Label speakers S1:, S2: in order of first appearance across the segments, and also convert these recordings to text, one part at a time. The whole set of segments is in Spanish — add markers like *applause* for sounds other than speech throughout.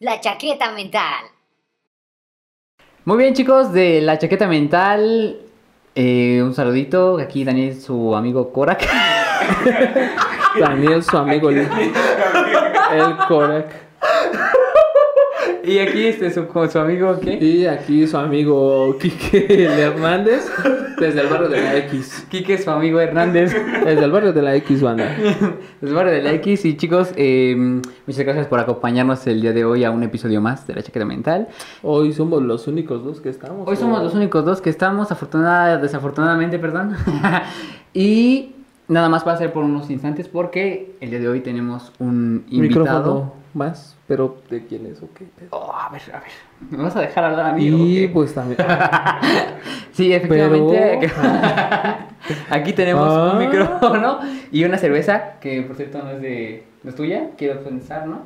S1: La chaqueta mental.
S2: Muy bien, chicos, de la chaqueta mental. eh, un saludito. Aquí Daniel, su amigo Korak.
S3: Daniel, su amigo, el, el Korak.
S2: *laughs* y aquí este, su, con su amigo, ¿qué?
S3: Y aquí su amigo Quique el Hernández, desde el barrio de la X.
S2: Quique, su amigo Hernández.
S3: Desde el barrio de la X, banda.
S2: Los barrios de la X. Y chicos, eh, muchas gracias por acompañarnos el día de hoy a un episodio más de la chaqueta mental.
S3: Hoy somos los únicos dos que estamos.
S2: Hoy somos los únicos dos que estamos, afortunada, desafortunadamente, perdón. *laughs* y nada más va a ser por unos instantes porque el día de hoy tenemos un invitado.
S3: Micrófono más, pero ¿de quién es o qué?
S2: Oh, a ver, a ver. ¿Me vas a dejar hablar a mí? o
S3: Y
S2: qué?
S3: pues también.
S2: Sí, *laughs* efectivamente. Aquí tenemos
S3: Ah.
S2: un micrófono y una cerveza que, por cierto, no es de no es tuya, quiero pensar, ¿no?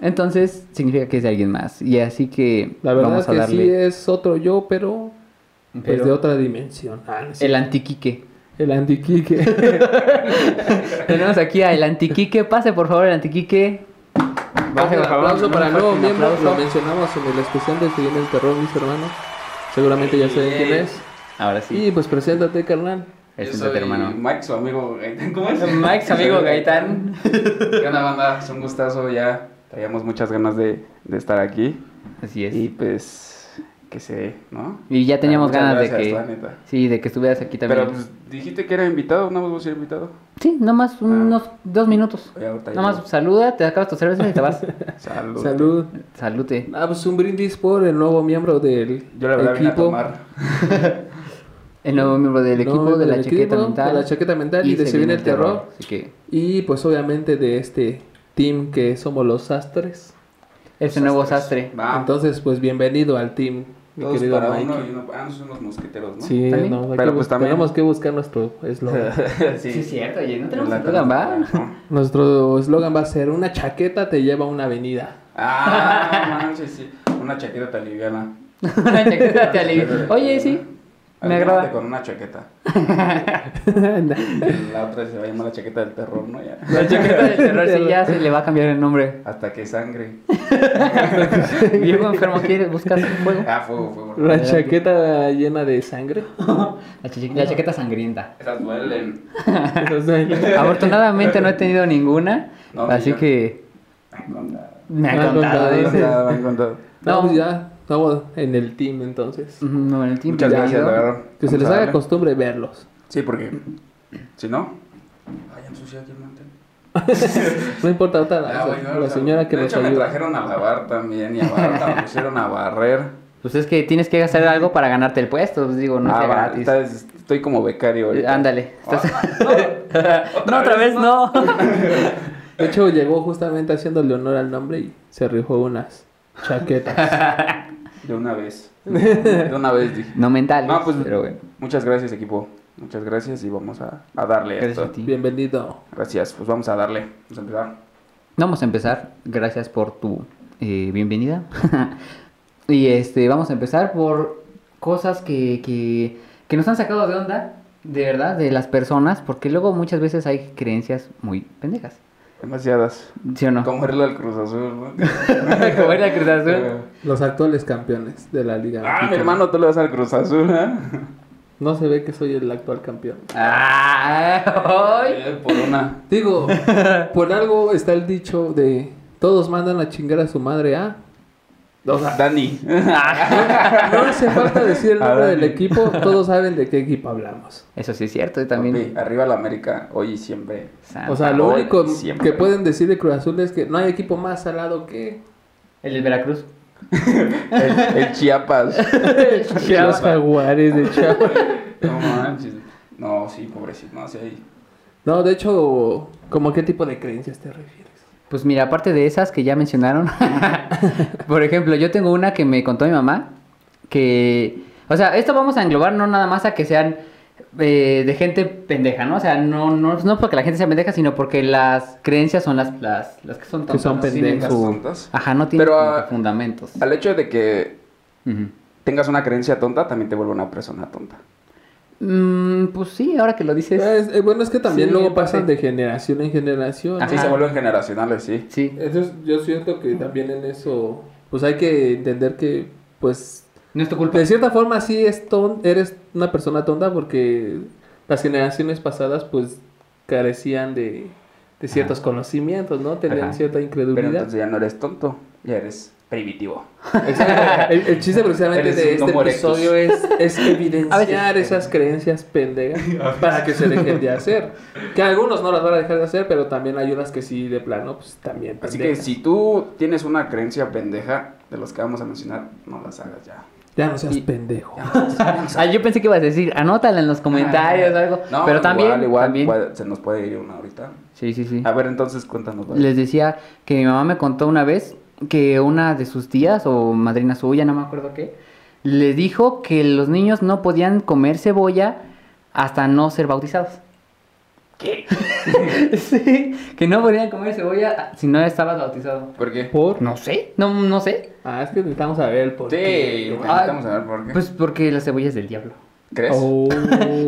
S2: Entonces, significa que es de alguien más. Y así que
S3: La verdad
S2: vamos a
S3: que
S2: darle
S3: sí es otro yo, pero, pues
S2: Pero-
S3: de otra dimensión. Ah, no es
S2: el antiquique.
S3: cierto. el antiquique.
S2: Tenemos aquí al antiquique. Pase, por favor, el antiquique.
S3: Baje
S2: por
S3: el
S2: favor.
S3: aplauso
S2: Un
S3: para el nuevo
S2: fuerte
S3: miembro. Lo
S2: aplauso.
S3: mencionamos en el especial de Siguiendo el Terror, mis hermanos. Seguramente ya saben quién es.
S2: Ahora sí,
S3: Y pues preséntate, carnal.
S4: Yo
S2: es
S4: soy
S2: hermano.
S4: Mike, su amigo Gaitán. ¿Cómo es?
S2: *laughs* Mike, su amigo
S4: Soy
S2: Gaitán.
S4: ¿Qué onda, banda? Es un gustazo. Ya traíamos muchas ganas de, de estar aquí.
S2: Así es.
S4: Y pues, que sé, ¿no?
S2: Y ya teníamos
S4: Ah, Muchas
S2: ganas
S4: gracias,
S2: de que.
S4: la neta.
S2: Sí, de que estuvieras aquí también.
S4: Pero pues, dijiste que era invitado, no vamos a ser invitado.
S2: sí, nomás unos dos minutos.
S4: Oye, ahorita
S2: Nomás
S4: llego.
S2: saluda, te acabas tu cerveza y te vas.
S4: Salud.
S3: Salud.
S2: Salute.
S3: Ah, pues un brindis por el nuevo miembro del
S4: Yo la verdad vine a
S3: equipo.
S4: tomar.
S2: El nuevo miembro del equipo
S3: Nuevo
S2: de la
S3: del
S2: chaqueta
S3: equipo,
S2: mental.
S3: de la chaqueta mental y de Se viene el terror.
S2: Así que
S3: Y pues obviamente de este team que somos los sastres.
S2: ese nuevo sastre.
S4: Va.
S3: Entonces, pues bienvenido al team, mi
S4: Todos
S3: querido
S4: para
S3: Mike.
S4: uno y uno. Ah, no, son unos mosqueteros, ¿no?
S3: Sí,
S2: ¿También?
S3: no, hay
S4: Pero,
S3: que
S4: pues,
S3: bus-
S4: también-
S3: tenemos que buscar nuestro eslogan.
S2: Sí,
S4: *laughs* sí.
S2: es cierto, oye, no tenemos
S4: La
S2: eslogan,
S4: *laughs*
S2: ¿va?
S4: No.
S3: nuestro eslogan va a ser una chaqueta te lleva a una avenida.
S4: Ah, manches, sí. Una chaqueta tan liviana.
S2: Una *laughs* chaqueta te alivia. Oye, sí. Me
S4: Aliviánate
S2: agrada.
S4: con
S3: *laughs*
S4: una chaqueta. La otra se va a llamar la chaqueta del terror, ¿no? Ya.
S2: La chaqueta del terror sí ya se le va a cambiar el
S4: *laughs*
S2: nombre.
S4: Hasta que sangre.
S2: Viejo enfermo quiere buscar fuego.
S4: Ah, fuego, fuego.
S3: La chaqueta llena de
S4: *laughs*
S3: sangre.
S2: La, chaque- la chaqueta sangrienta.
S4: Esas duelen.
S3: O sea,
S2: Afortunadamente no he tenido ninguna.
S4: No,
S2: así
S4: mira.
S2: que
S4: Van contado.
S2: me
S3: Me
S2: ha
S3: han
S2: contado.
S3: contado,
S4: Van
S2: dices.
S4: contado, van contado.
S3: no,
S2: No.
S3: pues ya estamos en el team entonces.
S2: Ujú, No, en el tiempo
S4: Muchas
S2: ya ha
S4: gracias,
S2: ido.
S4: la verdad.
S3: Que se
S4: Vamos
S3: les
S4: a
S3: haga
S4: darle.
S3: costumbre verlos.
S4: Sí, porque si no. Ay, ya ensucié aquí el mantel.
S3: No importa, ahorita la,
S4: Ah, bueno,
S3: la
S4: ahorita-
S3: señora que
S4: de
S3: nos
S4: hecho, me
S3: ayuda.
S4: trajeron a lavar también y a Barta me pusieron a barrer.
S2: Pues es que tienes que hacer algo para ganarte el puesto. Pues digo, no
S4: Ah,
S2: sea
S4: va,
S2: gratis.
S4: estás- estoy como becario.
S2: Eh,
S4: ahorita.
S2: Ándale.
S4: Ah,
S2: Estás- *laughs* no, otra vez
S4: *laughs*
S2: no.
S3: De hecho, llegó justamente haciéndole honor al nombre y se rifó unas
S4: *laughs*
S3: chaquetas.
S4: de
S3: *laughs*
S4: una vez. De una vez dije.
S2: No mental.
S4: No, pues-
S2: pero bueno.
S4: Muchas gracias, equipo. Muchas gracias y vamos a, a darle
S2: Gracias
S4: esto.
S2: a ti.
S3: Bienvenido.
S4: Gracias, pues vamos a darle. Vamos a empezar.
S2: Vamos a empezar. Gracias por tu eh, bienvenida. *laughs* y este, vamos a empezar por cosas que, que, que nos han sacado de onda, de verdad, de las personas, porque luego muchas veces hay creencias muy pendejas.
S4: Demasiadas.
S2: ¿Sí o no?
S4: Como irle al Cruz Azul,
S2: *laughs*
S4: ¿no? *laughs*
S2: Como era Cruz Azul.
S3: Los actuales campeones de la Liga.
S4: Ah,
S3: Mexicana.
S4: mi hermano, tú le vas al Cruz Azul, ¿eh?
S3: No se ve que soy el actual campeón.
S2: Ah, *laughs* ay.
S4: Eh, Por una.
S3: Digo, por algo está el dicho de todos mandan a chingar a su madre a. O sea,
S4: Dani.
S3: no hace falta decir el
S4: A
S3: nombre
S4: ver.
S3: del equipo, todos saben de qué equipo hablamos.
S2: Eso sí es cierto, y también.
S4: Papi, arriba la América, hoy y siempre.
S2: Santa.
S3: O sea, lo
S4: Hoy,
S3: único
S4: siempre.
S3: que pueden decir de Cruz Azul es que no hay equipo más salado que
S2: el del Veracruz.
S4: El, el
S2: *laughs*
S4: Chiapas.
S3: los *laughs* jaguares de Chiapas.
S4: No manches. No, sí, pobrecito. No, sí, ahí.
S3: No, de hecho, ¿cómo a qué tipo de creencias te refieres?
S2: Pues mira, aparte de esas que ya mencionaron, *laughs* por ejemplo, yo tengo una que me contó mi mamá, que, o sea, esto vamos a englobar no nada más a que sean eh, de gente pendeja, ¿no? O sea, no, no, no porque la gente sea pendeja, sino porque las creencias son las, las, las que son
S3: Que son
S2: tontas, no tienen
S3: pendejas.
S2: su-
S4: Tontas.
S2: Ajá, no tienen
S4: Pero,
S2: como que
S4: ah,
S2: fundamentos.
S4: Al hecho de que
S2: Ujú.
S4: tengas una creencia tonta, también te vuelve una persona tonta.
S2: Mm, pues sí, ahora que lo dices.
S4: Pues,
S3: Es- eh, bueno, es que también
S2: Sí,
S3: luego
S2: pasa.
S3: pasan de generación en generación.
S2: Ajá.
S4: Sí, se vuelven generacionales, sí.
S2: Sí.
S3: Entonces yo siento que también en eso, pues hay que entender que, pues,
S2: No es tu culpa.
S3: de cierta forma sí es ton- eres una persona tonta porque las generaciones pasadas, pues, carecían de, de ciertos conocimientos, ¿no? Tenían
S4: Ajá.
S3: cierta
S4: Pero
S3: incredulidad.
S4: entonces ya no eres tonto, ya eres primitivo.
S3: Exacto. *laughs* El, el
S4: *laughs*
S3: chiste precisamente
S4: Eres
S3: de este
S4: un homo erectus.
S3: episodio es,
S4: *laughs*
S3: es
S2: A veces.
S3: evidenciar esas creencias pendejas para que se dejen de hacer. Que algunos no las van a dejar de hacer, pero también hay unas que sí de plano, pues también.
S4: Así que
S3: pendejas.
S4: si tú tienes una creencia pendeja de los que vamos a mencionar, no las hagas ya.
S3: Ya no seas
S2: Y-
S3: pendejo.
S2: Ah, yo pensé que ibas a decir, anótala en los *laughs* comentarios o algo.
S4: Ah, No,
S2: pero también,
S4: igual, igual,
S2: también-
S4: igual se nos puede ir una ahorita.
S2: Sí, sí, sí.
S4: A ver, entonces cuéntanos.
S2: Pues,
S4: vale.
S2: Les decía que mi mamá me contó una vez que una de sus tías o madrina suya, no me acuerdo qué, le dijo que los niños no podían comer cebolla hasta no ser bautizados. ¿Qué? *laughs* sí, que no podían comer cebolla si no estabas bautizado.
S4: ¿Por qué?
S3: ¿Por?
S2: No sé, no, no sé.
S3: Ah, es que necesitamos saber el por
S4: Sí,
S3: qué.
S4: necesitamos saber por qué.
S2: Pues porque la cebolla es del diablo.
S4: ¿Crees? *laughs*
S3: Oh.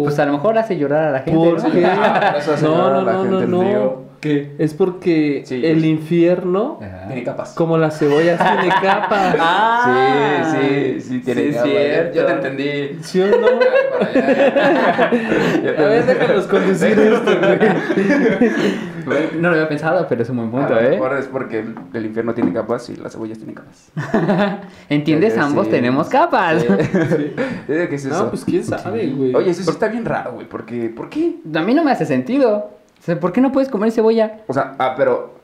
S2: Pues a lo mejor hace llorar a la gente.
S3: *laughs* ¿Por
S2: ¿no?
S3: qué?
S4: Ah, pero eso hace llorar a
S3: No, no,
S4: la
S3: no, no,
S4: gente, les digo.
S3: no. Es porque
S4: Sí. pues.
S3: el infierno,
S4: Tiene capas.
S3: como las
S4: *laughs*
S3: cebollas, tiene capas.
S2: Ah.
S4: sí, sí, sí, tiene
S2: Sí, es
S4: capas.
S2: cierto.
S4: Yo
S2: *laughs*
S4: te entendí.
S3: ¿Sí o
S4: *laughs*
S3: no?
S4: Para allá. Yo te-
S3: A ver, déjanos
S4: *laughs*
S3: conducir esto, güey.
S2: No lo había pensado, pero es un buen
S4: A
S2: punto,
S4: lo
S2: ¿eh?
S4: mejor es porque el infierno tiene capas y las cebollas tienen capas.
S2: ¿Entiendes?
S4: Sí,
S2: Ambos
S4: sí.
S2: tenemos capas.
S4: *laughs* Sí. Yo digo que es eso.
S3: No, pues quién sabe, güey.
S4: Oye, eso sí está bien raro, güey, porque, ¿por qué?
S2: *laughs* A mí no me hace sentido. O sea, ¿por qué no puedes comer cebolla?
S4: O sea, ah, pero,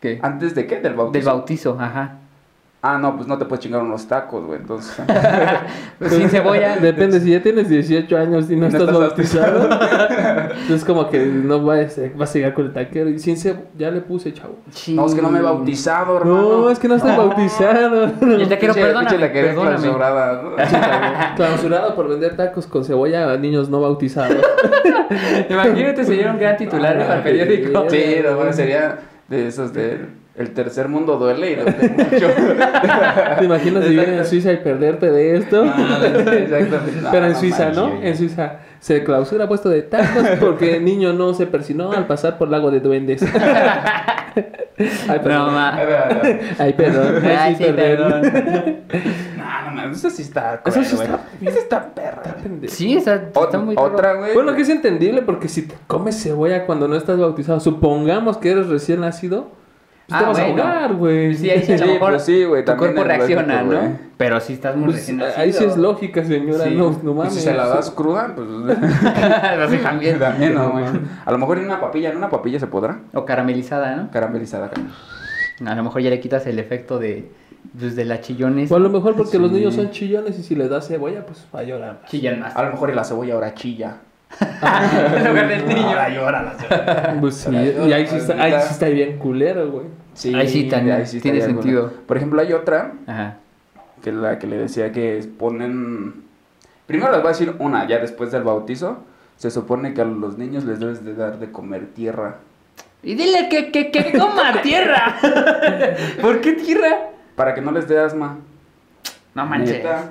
S2: ¿Qué?
S4: ¿antes de qué? Del bautizo.
S2: Del bautizo,
S4: *laughs*
S2: ajá.
S4: Ah, no, pues no te puedes chingar unos tacos,
S3: *laughs*
S4: güey, entonces. *laughs*
S2: Sin cebolla.
S3: Depende, si ya tienes 18 años y no, estás bautizado, *laughs* es como que no vas a, vas a llegar con el taquero. Y sin cebo- ya le puse, chavo.
S2: Chin.
S4: no, es que no me he bautizado, hermano.
S3: No, es que no
S4: *laughs*
S3: estoy bautizado.
S2: Y el taquero,
S4: Pinche-
S2: perdóname,
S4: pinche la que eres
S2: perdóname.
S3: *laughs*
S4: clausurada, ¿no?
S3: Clausurado por vender tacos con cebolla a niños no bautizados.
S2: *laughs* Imagínate si era un gran titular para el periódico.
S4: Ah, Sí, no, bueno, sería de esos de el tercer mundo duele y duele
S3: *laughs*
S4: mucho.
S3: ¿Te imaginas vivir en Suiza y perderte de esto?
S2: Ah,
S4: Exactamente. No,
S3: Pero en
S4: no
S3: Suiza, ¿no?
S4: manches.
S3: En Suiza se clausura puesto de tacos porque el niño no se persinó al pasar por lago
S2: *laughs*
S3: de duendes. Ay,
S2: No,
S3: perdón.
S4: A
S2: ma.
S4: ver, a ver.
S3: *laughs* Ay, perdón.
S2: *laughs* Ay, sí, perdón.
S3: *laughs*
S4: No, no, no, eso sí está.
S3: Eso
S4: Eso
S3: sí
S4: sí
S3: está-
S4: Eso está perra.
S3: Pendejo.
S2: Sí, esa está muy raro.
S4: Otra, güey.
S3: Bueno, que es entendible porque si te comes cebolla cuando no estás bautizado, supongamos que eres recién nacido, pues te
S2: Ah,
S3: vas
S2: bueno.
S3: a ahogar, güey.
S2: Sí, ahí sí, a lo
S4: Sí,
S2: mejor
S4: pues sí, güey,
S2: tu
S4: también
S2: cuerpo
S4: es
S2: reacciona,
S4: lógico,
S2: ¿no?
S4: güey. eh,
S2: Pero sí estás muy
S3: Pues,
S2: recién
S3: ahí
S2: *laughs*
S3: sí es lógica, señora.
S2: Sí.
S3: No, no
S4: Pues
S3: mames.
S4: si se la das cruda, pues. *laughs*
S2: Así también.
S4: También, no,
S3: No
S4: güey.
S3: mames.
S4: A lo mejor en una papilla, en una papilla se podrá.
S2: O caramelizada, ¿no?
S4: Caramelizada, cara.
S2: A lo mejor ya le quitas el efecto de, pues, de la chillones.
S3: O a lo mejor porque los
S4: Sí.
S3: niños son chillones y si les das cebolla, pues va a llorar.
S2: Chillan más.
S4: A lo mejor y la cebolla ahora chilla.
S2: En lugar del niño.
S4: Ahora llora la cebolla.
S3: Pues sí,
S4: Ay,
S3: y ahí sí, está, ahí sí está bien culero, güey.
S4: Sí,
S2: Ahí sí también, tiene
S4: estaría
S2: sentido.
S4: alguna. Por ejemplo, hay otra
S2: Ajá.
S4: que es la que le decía que es- ponen... Primero les voy a decir una, ya después del bautizo, se supone que a los niños les debes de dar de comer tierra.
S2: Y dile que, que, que *laughs* coma tierra. ¿Por qué tierra?
S4: Para que no les dé asma.
S2: No manches.
S4: Neta,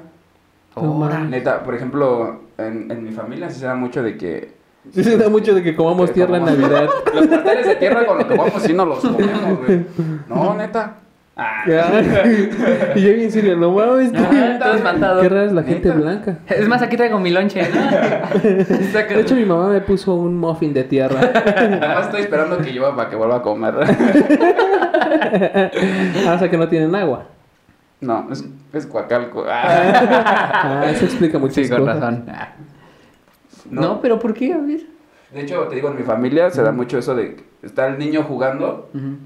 S3: No
S2: Ahora.
S3: mames.
S4: neta, por ejemplo, en, en mi familia sí se da mucho de que...
S3: Sí se da mucho de que comamos
S4: que
S3: tierra en
S4: comamos- *laughs*
S3: Navidad.
S4: Los pasteles de tierra con lo que vamos sí no los comemos, güey. No, neta. Ah,
S3: Ya. y yo bien serio, no mames.
S2: Ajá, todo espantado.
S3: Qué rara es la gente
S4: Neta.
S3: blanca.
S2: Ah, Es más, aquí traigo mi lonche, ¿no?
S3: De hecho, mi mamá me puso un muffin de tierra.
S4: nada más estoy esperando que llueva para que vuelva a comer. *laughs*
S3: Hasta Ah, que no tienen agua.
S4: No, es, es cuacalco. Ah,
S3: Ah, eso explica muchas
S2: Sí, con
S3: cosas.
S2: razón. Ah. No. pero ¿por qué? A ver.
S4: De hecho, te digo, en mi familia se da mucho eso de que está el niño jugando
S2: Ujú.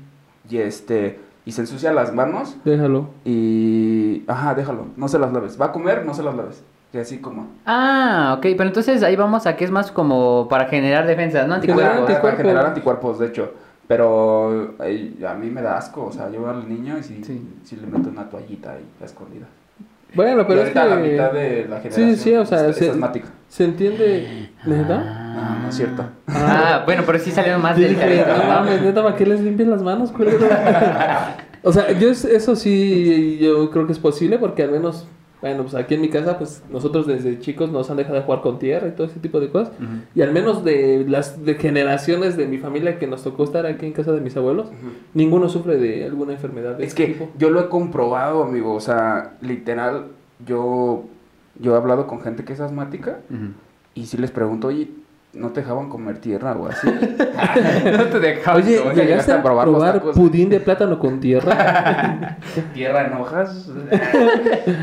S4: y este y se ensucia las manos
S3: Déjalo.
S4: y ajá, déjalo, no se las laves. Va a comer, no se las laves. Y así como
S2: Ah, ok, pero entonces ahí vamos a que es más como para generar defensas, ¿no?
S3: Generar
S2: Anticuerpos.
S4: Para
S3: anticuerpos.
S4: generar anticuerpos, de hecho. Pero ay, a mí me da asco, o sea, yo veo al niño y si,
S2: Sí.
S4: le meto una toallita ahí a escondida.
S3: Bueno,
S4: y
S3: pero es
S4: ahorita la mitad
S3: que
S4: de la generación
S3: sí, sí, o sea,
S4: es, es
S3: se-
S4: asmática.
S3: se entiende, ¿neta?
S4: Ah, no es cierto.
S2: Ah, bueno, pero sí salieron más
S3: Yo dije,
S2: delicaditos,
S3: no
S2: ¿no?
S3: mames, neta, ¿para qué les limpian las manos, culero? O sea, yo es- eso sí, yo creo que es posible porque al menos Bueno, pues aquí en mi casa, pues nosotros desde chicos nos han dejado de jugar con tierra y todo ese tipo de cosas.
S4: Ujú.
S3: Y al menos de las de generaciones de mi familia que nos tocó estar aquí en casa de mis abuelos, ninguno sufre de alguna enfermedad de
S4: Es
S3: este
S4: que
S3: tipo.
S4: yo lo he comprobado, amigo. O sea, literal, yo, yo he hablado con gente que es asmática
S2: Ujú. *laughs*
S4: y si les pregunto, oye, ¿no te dejaban comer tierra o así?
S2: no te dejaban.
S3: Oye,
S4: Oye,
S3: ¿llegaste
S4: ¿llegaste
S3: a
S4: a probar los
S3: probar
S4: tacos?
S3: pudín
S4: *laughs*
S3: de plátano con tierra?
S4: ¿Tierra en
S3: *laughs*
S4: hojas?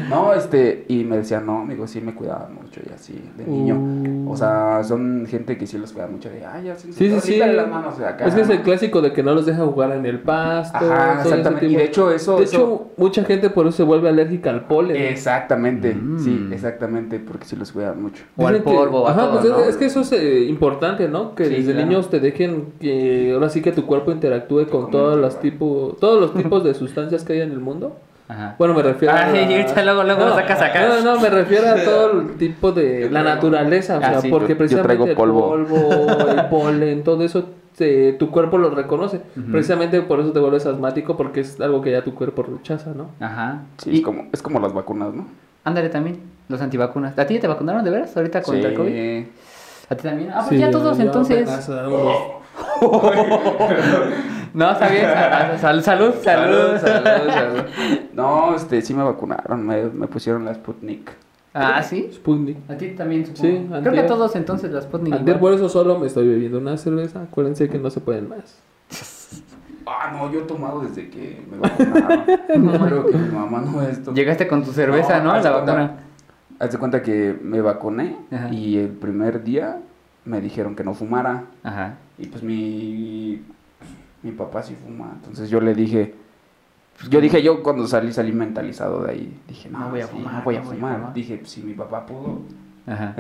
S4: no, este, y me decía, no, amigo, sí me cuidaba mucho y así, de niño.
S3: Uh.
S4: O sea, son gente que sí los cuida mucho de, ay, ya se
S3: Sí, sí, sí.
S4: las manos de acá.
S3: es que es el clásico de que no los deja jugar en el pasto.
S4: Ajá,
S3: todo ese
S4: exactamente. Y
S3: tipo.
S4: de hecho, eso.
S3: De
S4: eso-
S3: hecho, mucha gente por eso se vuelve alérgica al polen.
S4: Exactamente, sí,
S2: Mm.
S4: exactamente, porque sí los cuida mucho.
S2: O al
S3: Dicen que-
S2: polvo, a
S3: ajá,
S2: todo,
S3: pues,
S2: ¿no?
S3: es que eso es eh, importante, ¿no? Que
S4: Sí,
S3: desde
S4: claro.
S3: niños te dejen que ahora sí que tu cuerpo interactúe con
S4: comunique,
S3: todos los
S4: ¿no?
S3: tipos, todos los tipos de sustancias que hay en el mundo.
S2: Ajá.
S3: Bueno, me refiero
S2: Ay,
S3: a...
S2: ahorita luego, luego
S3: no,
S2: lo sacas acá.
S3: No, no, me refiero a todo el tipo de...
S4: Yo
S3: la
S4: traigo-
S3: naturaleza, o
S2: Ah,
S3: sea,
S2: sí,
S4: yo-
S3: porque
S4: yo
S3: precisamente
S4: traigo polvo.
S3: el polvo, el polen, todo eso, te- tu cuerpo lo reconoce. Precisamente por eso te vuelves asmático, porque es algo que ya tu cuerpo rechaza, ¿no?
S2: Ajá.
S4: Sí,
S2: y
S4: es, como, es como las vacunas, ¿no?
S2: ándale también, los antivacunas. ¿A ti ya te vacunaron de veras ahorita contra el COVID?
S4: Sí.
S2: ¿A ti también? Ah, pues ya todos
S3: ya
S2: entonces.
S3: apenas, vamos.
S2: No, está bien. Sal- sal- salud, salud.
S4: Salud, salud, salud. *laughs* No, este, sí me vacunaron, me, me pusieron la Sputnik.
S2: Ah, sí.
S3: Sputnik.
S2: A ti también, supongo.
S3: Sí,
S2: Creo que
S3: antier.
S2: a todos entonces las Sputnik.
S3: Antier,
S2: igual.
S3: por eso solo me estoy bebiendo una cerveza. Acuérdense que no se pueden más.
S4: Ah, no, yo he tomado desde que me *laughs* vacunaron. no creo que mi mamá no es esto.
S2: Llegaste con tu cerveza, ¿no?
S4: No,
S2: A la
S4: haz cuenta.
S2: vacuna.
S4: Haz de cuenta que me vacuné
S2: Ajá.
S4: y el primer día me dijeron que no fumara.
S2: Ajá.
S4: Y pues mi, mi papá sí fuma. Entonces yo le dije, pues, yo dije, yo cuando salí, salí mentalizado de ahí. Dije, no, voy a fumar. No voy a fumar. Dije, pues, si mi papá pudo, *laughs*
S2: Ajá.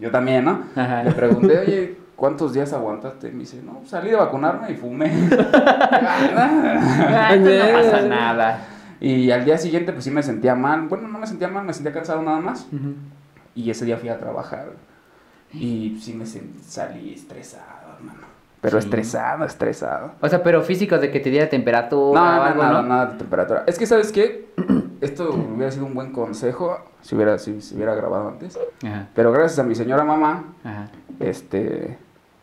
S4: yo también, ¿no? *laughs*
S2: Ajá.
S4: Le pregunté, oye, ¿cuántos días aguantaste? Me dice, no, salí de vacunarme y fumé. *laughs* Ah,
S2: Ah, entonces no pasa nada.
S4: y al día siguiente, pues sí me sentía mal. Bueno, no me sentía mal, me sentía cansado nada más. Y ese día fui a trabajar. Y sí me sen- salí estresado, hermano. Pero
S2: Sí.
S4: estresado, estresado.
S2: O sea, pero físico de que te diera
S4: No,
S2: temperatura o
S4: no,
S2: algo,
S4: nada,
S2: ¿no?
S4: nada de temperatura. Es que, ¿sabes qué? *clears throat* Esto hubiera sido un buen consejo si hubiera, si se hubiera grabado antes.
S2: Ajá.
S4: Pero gracias a mi señora mamá,
S2: Ajá.
S4: este,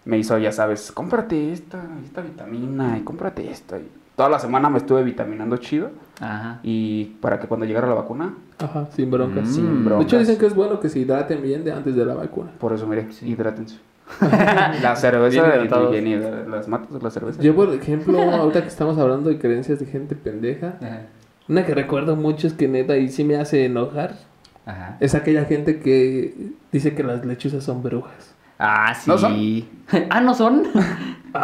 S4: me hizo, ya sabes, cómprate esta, esta vitamina y cómprate esta. Y toda la semana me estuve vitaminando chido
S2: Ajá.
S4: y para que cuando llegara la vacuna,
S3: Ajá, sin broncas.
S2: Mm.
S4: sin
S3: De hecho,
S4: broncas.
S3: dicen que es bueno que se hidraten bien de antes de la vacuna.
S4: Por eso, mire,
S2: Sí.
S4: hidrátense. la cerveza
S2: Bien
S4: de
S2: hidratados.
S4: bien hidra- las matas de la cerveza.
S3: Yo, por
S4: *laughs*
S3: ejemplo, ahorita que estamos hablando de creencias de gente pendeja,
S2: Ajá.
S3: una que recuerdo mucho es que neta y sí me hace enojar
S2: Ajá.
S3: es aquella gente que dice que las lechuzas son brujas.
S2: Ah, sí. *laughs*
S4: ¿No son?
S2: ah, ¿no son?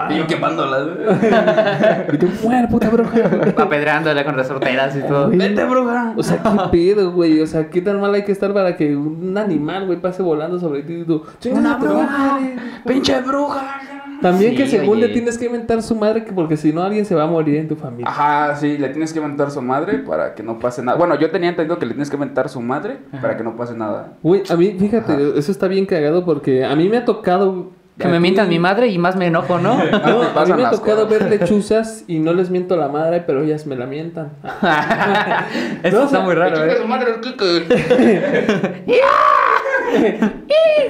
S4: Y yo quemándola.
S3: Y tú, bueno, puta
S4: *laughs*
S3: bruja.
S2: Apedreándola con resorteras y todo.
S4: Vete, bruja.
S3: O sea, qué pedo, güey. O sea, qué tan mal hay que estar para que un animal, güey, pase volando sobre ti y tú, "Chinga
S4: Una
S3: tu
S4: bruja.
S3: madre".
S4: Pinche bruja.
S3: También
S2: Sí,
S3: que según le
S2: oye.
S3: tienes que inventar su madre, que porque si no alguien se va a morir en tu familia.
S4: Ajá, sí, le tienes que mentar su madre para que no pase nada. Bueno, yo tenía entendido que le tienes que mentar su madre para que no pase nada.
S3: Güey, a mí, fíjate, eso está bien cagado porque a mí me ha tocado...
S2: Que me mientan mi madre y más me enojo, ¿no? *laughs*
S4: te
S3: No, a mí
S4: pasan
S3: me ha
S4: las
S3: tocado
S4: cosas.
S3: ver lechuzas y no les miento la madre, pero ellas me la mientan.
S2: Eso
S3: No, o
S2: está
S3: sea,
S2: muy raro,
S4: Chinga
S2: ¿eh?
S4: su madre, el Kike.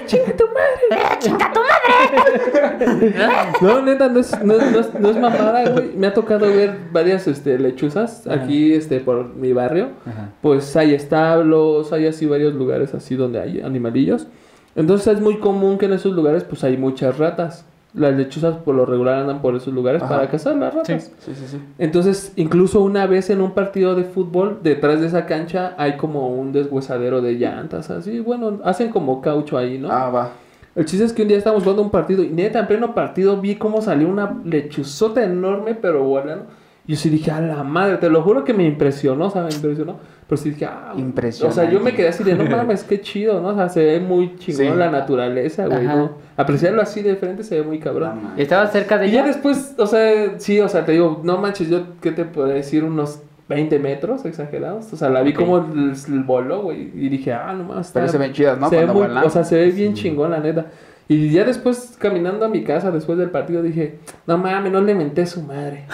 S3: ¡Chinga tu madre! ¡Chinga tu madre! No, neta, no es, no, no es, no es mamada, güey. Me ha tocado ver varias este, lechuzas aquí este, por mi barrio.
S2: Ajá.
S3: Pues hay establos, hay así varios lugares así donde hay animalillos. Entonces es muy común que en esos lugares pues hay muchas ratas. Las lechuzas por lo regular andan por esos lugares
S4: Ajá.
S3: para cazar las ratas.
S4: Sí, sí, sí.
S3: Entonces, incluso una vez en un partido de fútbol, detrás de esa cancha hay como un deshuesadero de llantas, así, bueno, hacen como caucho ahí, ¿no?
S4: Ah, va.
S3: El chiste es que un día estábamos jugando un partido y neta, en pleno partido vi cómo salió una lechuzota enorme, pero volando. Y yo sí dije, a la madre, te lo juro que me impresionó, o sea, me impresionó. Pero sí dije, ah, güey". O sea, yo me quedé así de, no mames, qué chido, ¿no? O sea, se ve muy chingón
S4: Sí.
S3: la naturaleza, güey,
S2: Ajá.
S3: ¿no? Apreciarlo así de frente se ve muy cabrón.
S4: No, man.
S2: Estaba cerca de
S3: Y ya
S2: ella.
S3: después, o sea, sí, o sea, te digo, no manches, yo, ¿qué te puedo decir? Unos 20 metros exagerados. O sea, la vi
S2: Ok.
S3: como l- l- voló, güey. Y dije, ah, no más.
S4: Pero se ven chidas, ¿no?
S3: Se ve
S4: Cuando
S3: muy-
S4: vuelan.
S3: o sea, se ve bien chingón, la neta. Y ya después, caminando a mi casa después del partido, dije, no mames, no le menté a su
S4: *laughs*
S3: madre.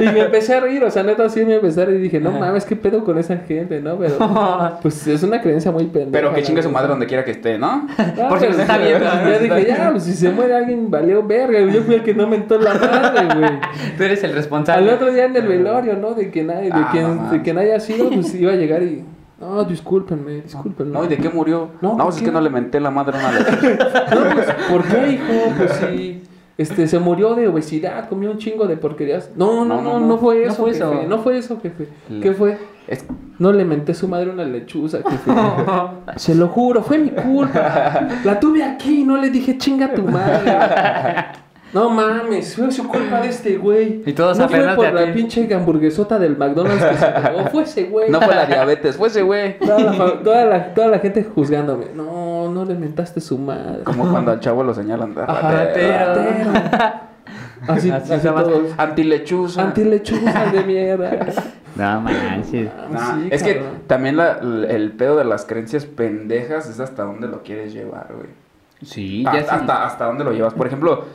S3: y me empecé a reír, o sea, neta, sí me empecé a reír y dije, no
S2: Ajá.
S3: mames, qué pedo con esa gente, ¿no?
S4: *laughs*
S3: Pero, pues es una creencia muy pendeja.
S4: Pero que
S3: la
S4: chingue su
S3: neta.
S4: madre donde quiera que
S3: *laughs*
S4: esté, ¿no?
S3: Ah,
S2: Por si nos
S3: pero-
S2: está viendo.
S3: Ya dije, ya, pues, si se muere alguien, valió verga. güey. Yo fui el que no mentó la madre, güey.
S2: Tú eres el responsable.
S3: Al otro día en el velorio, ¿no? De que nadie, de,
S4: Ah, no
S3: quien,
S4: mames.
S3: de quien haya sido, pues iba a llegar y. No, discúlpenme, discúlpenme.
S4: No, ¿y de qué murió?
S3: Pues No,
S4: No,
S3: ¿por
S4: pues es
S3: qué?
S4: que no le menté la madre una vez.
S3: No, pues, ¿por qué, hijo? Pues sí. Este, se murió de obesidad, comió un chingo de porquerías. No, no, no, no, fue eso,
S2: fue
S3: jefe,
S2: eso.
S3: No fue eso, jefe.
S4: Le-
S3: ¿Qué fue?
S4: Es-
S3: No le menté a su madre una lechuza,
S4: *laughs*
S3: jefe.
S2: *laughs*
S3: se lo juro, fue mi culpa. La tuve aquí y no le dije chinga tu
S4: *laughs*
S3: madre. No mames, fue su culpa de este güey.
S2: Y todos
S3: no fue
S2: aferrándote
S3: por
S2: a
S3: la
S2: ti.
S3: pinche hamburguesota del McDonald's que se pegó, fue ese güey. *laughs*
S4: No fue la diabetes, fue ese güey.
S3: Toda la, fa- toda, la, toda la gente juzgándome. No, no le mentaste su madre.
S4: Como cuando al chavo lo señalan.
S3: Ajá,
S2: Ratero.
S3: ratero.
S4: *laughs*
S2: Así
S3: Así, así,
S2: nada más.
S3: todos.
S4: Antilechuza.
S3: Antilechuza de
S4: *laughs*
S3: mierda.
S2: No manches.
S4: Nah,
S3: Ah, Sí,
S4: Ah, es que
S3: cabrón.
S4: también la- el pedo de las creencias pendejas es hasta dónde lo quieres llevar, güey.
S2: Sí,
S4: Ah,
S2: ya
S4: hasta,
S2: sí.
S4: hasta, dónde lo llevas. Por ejemplo,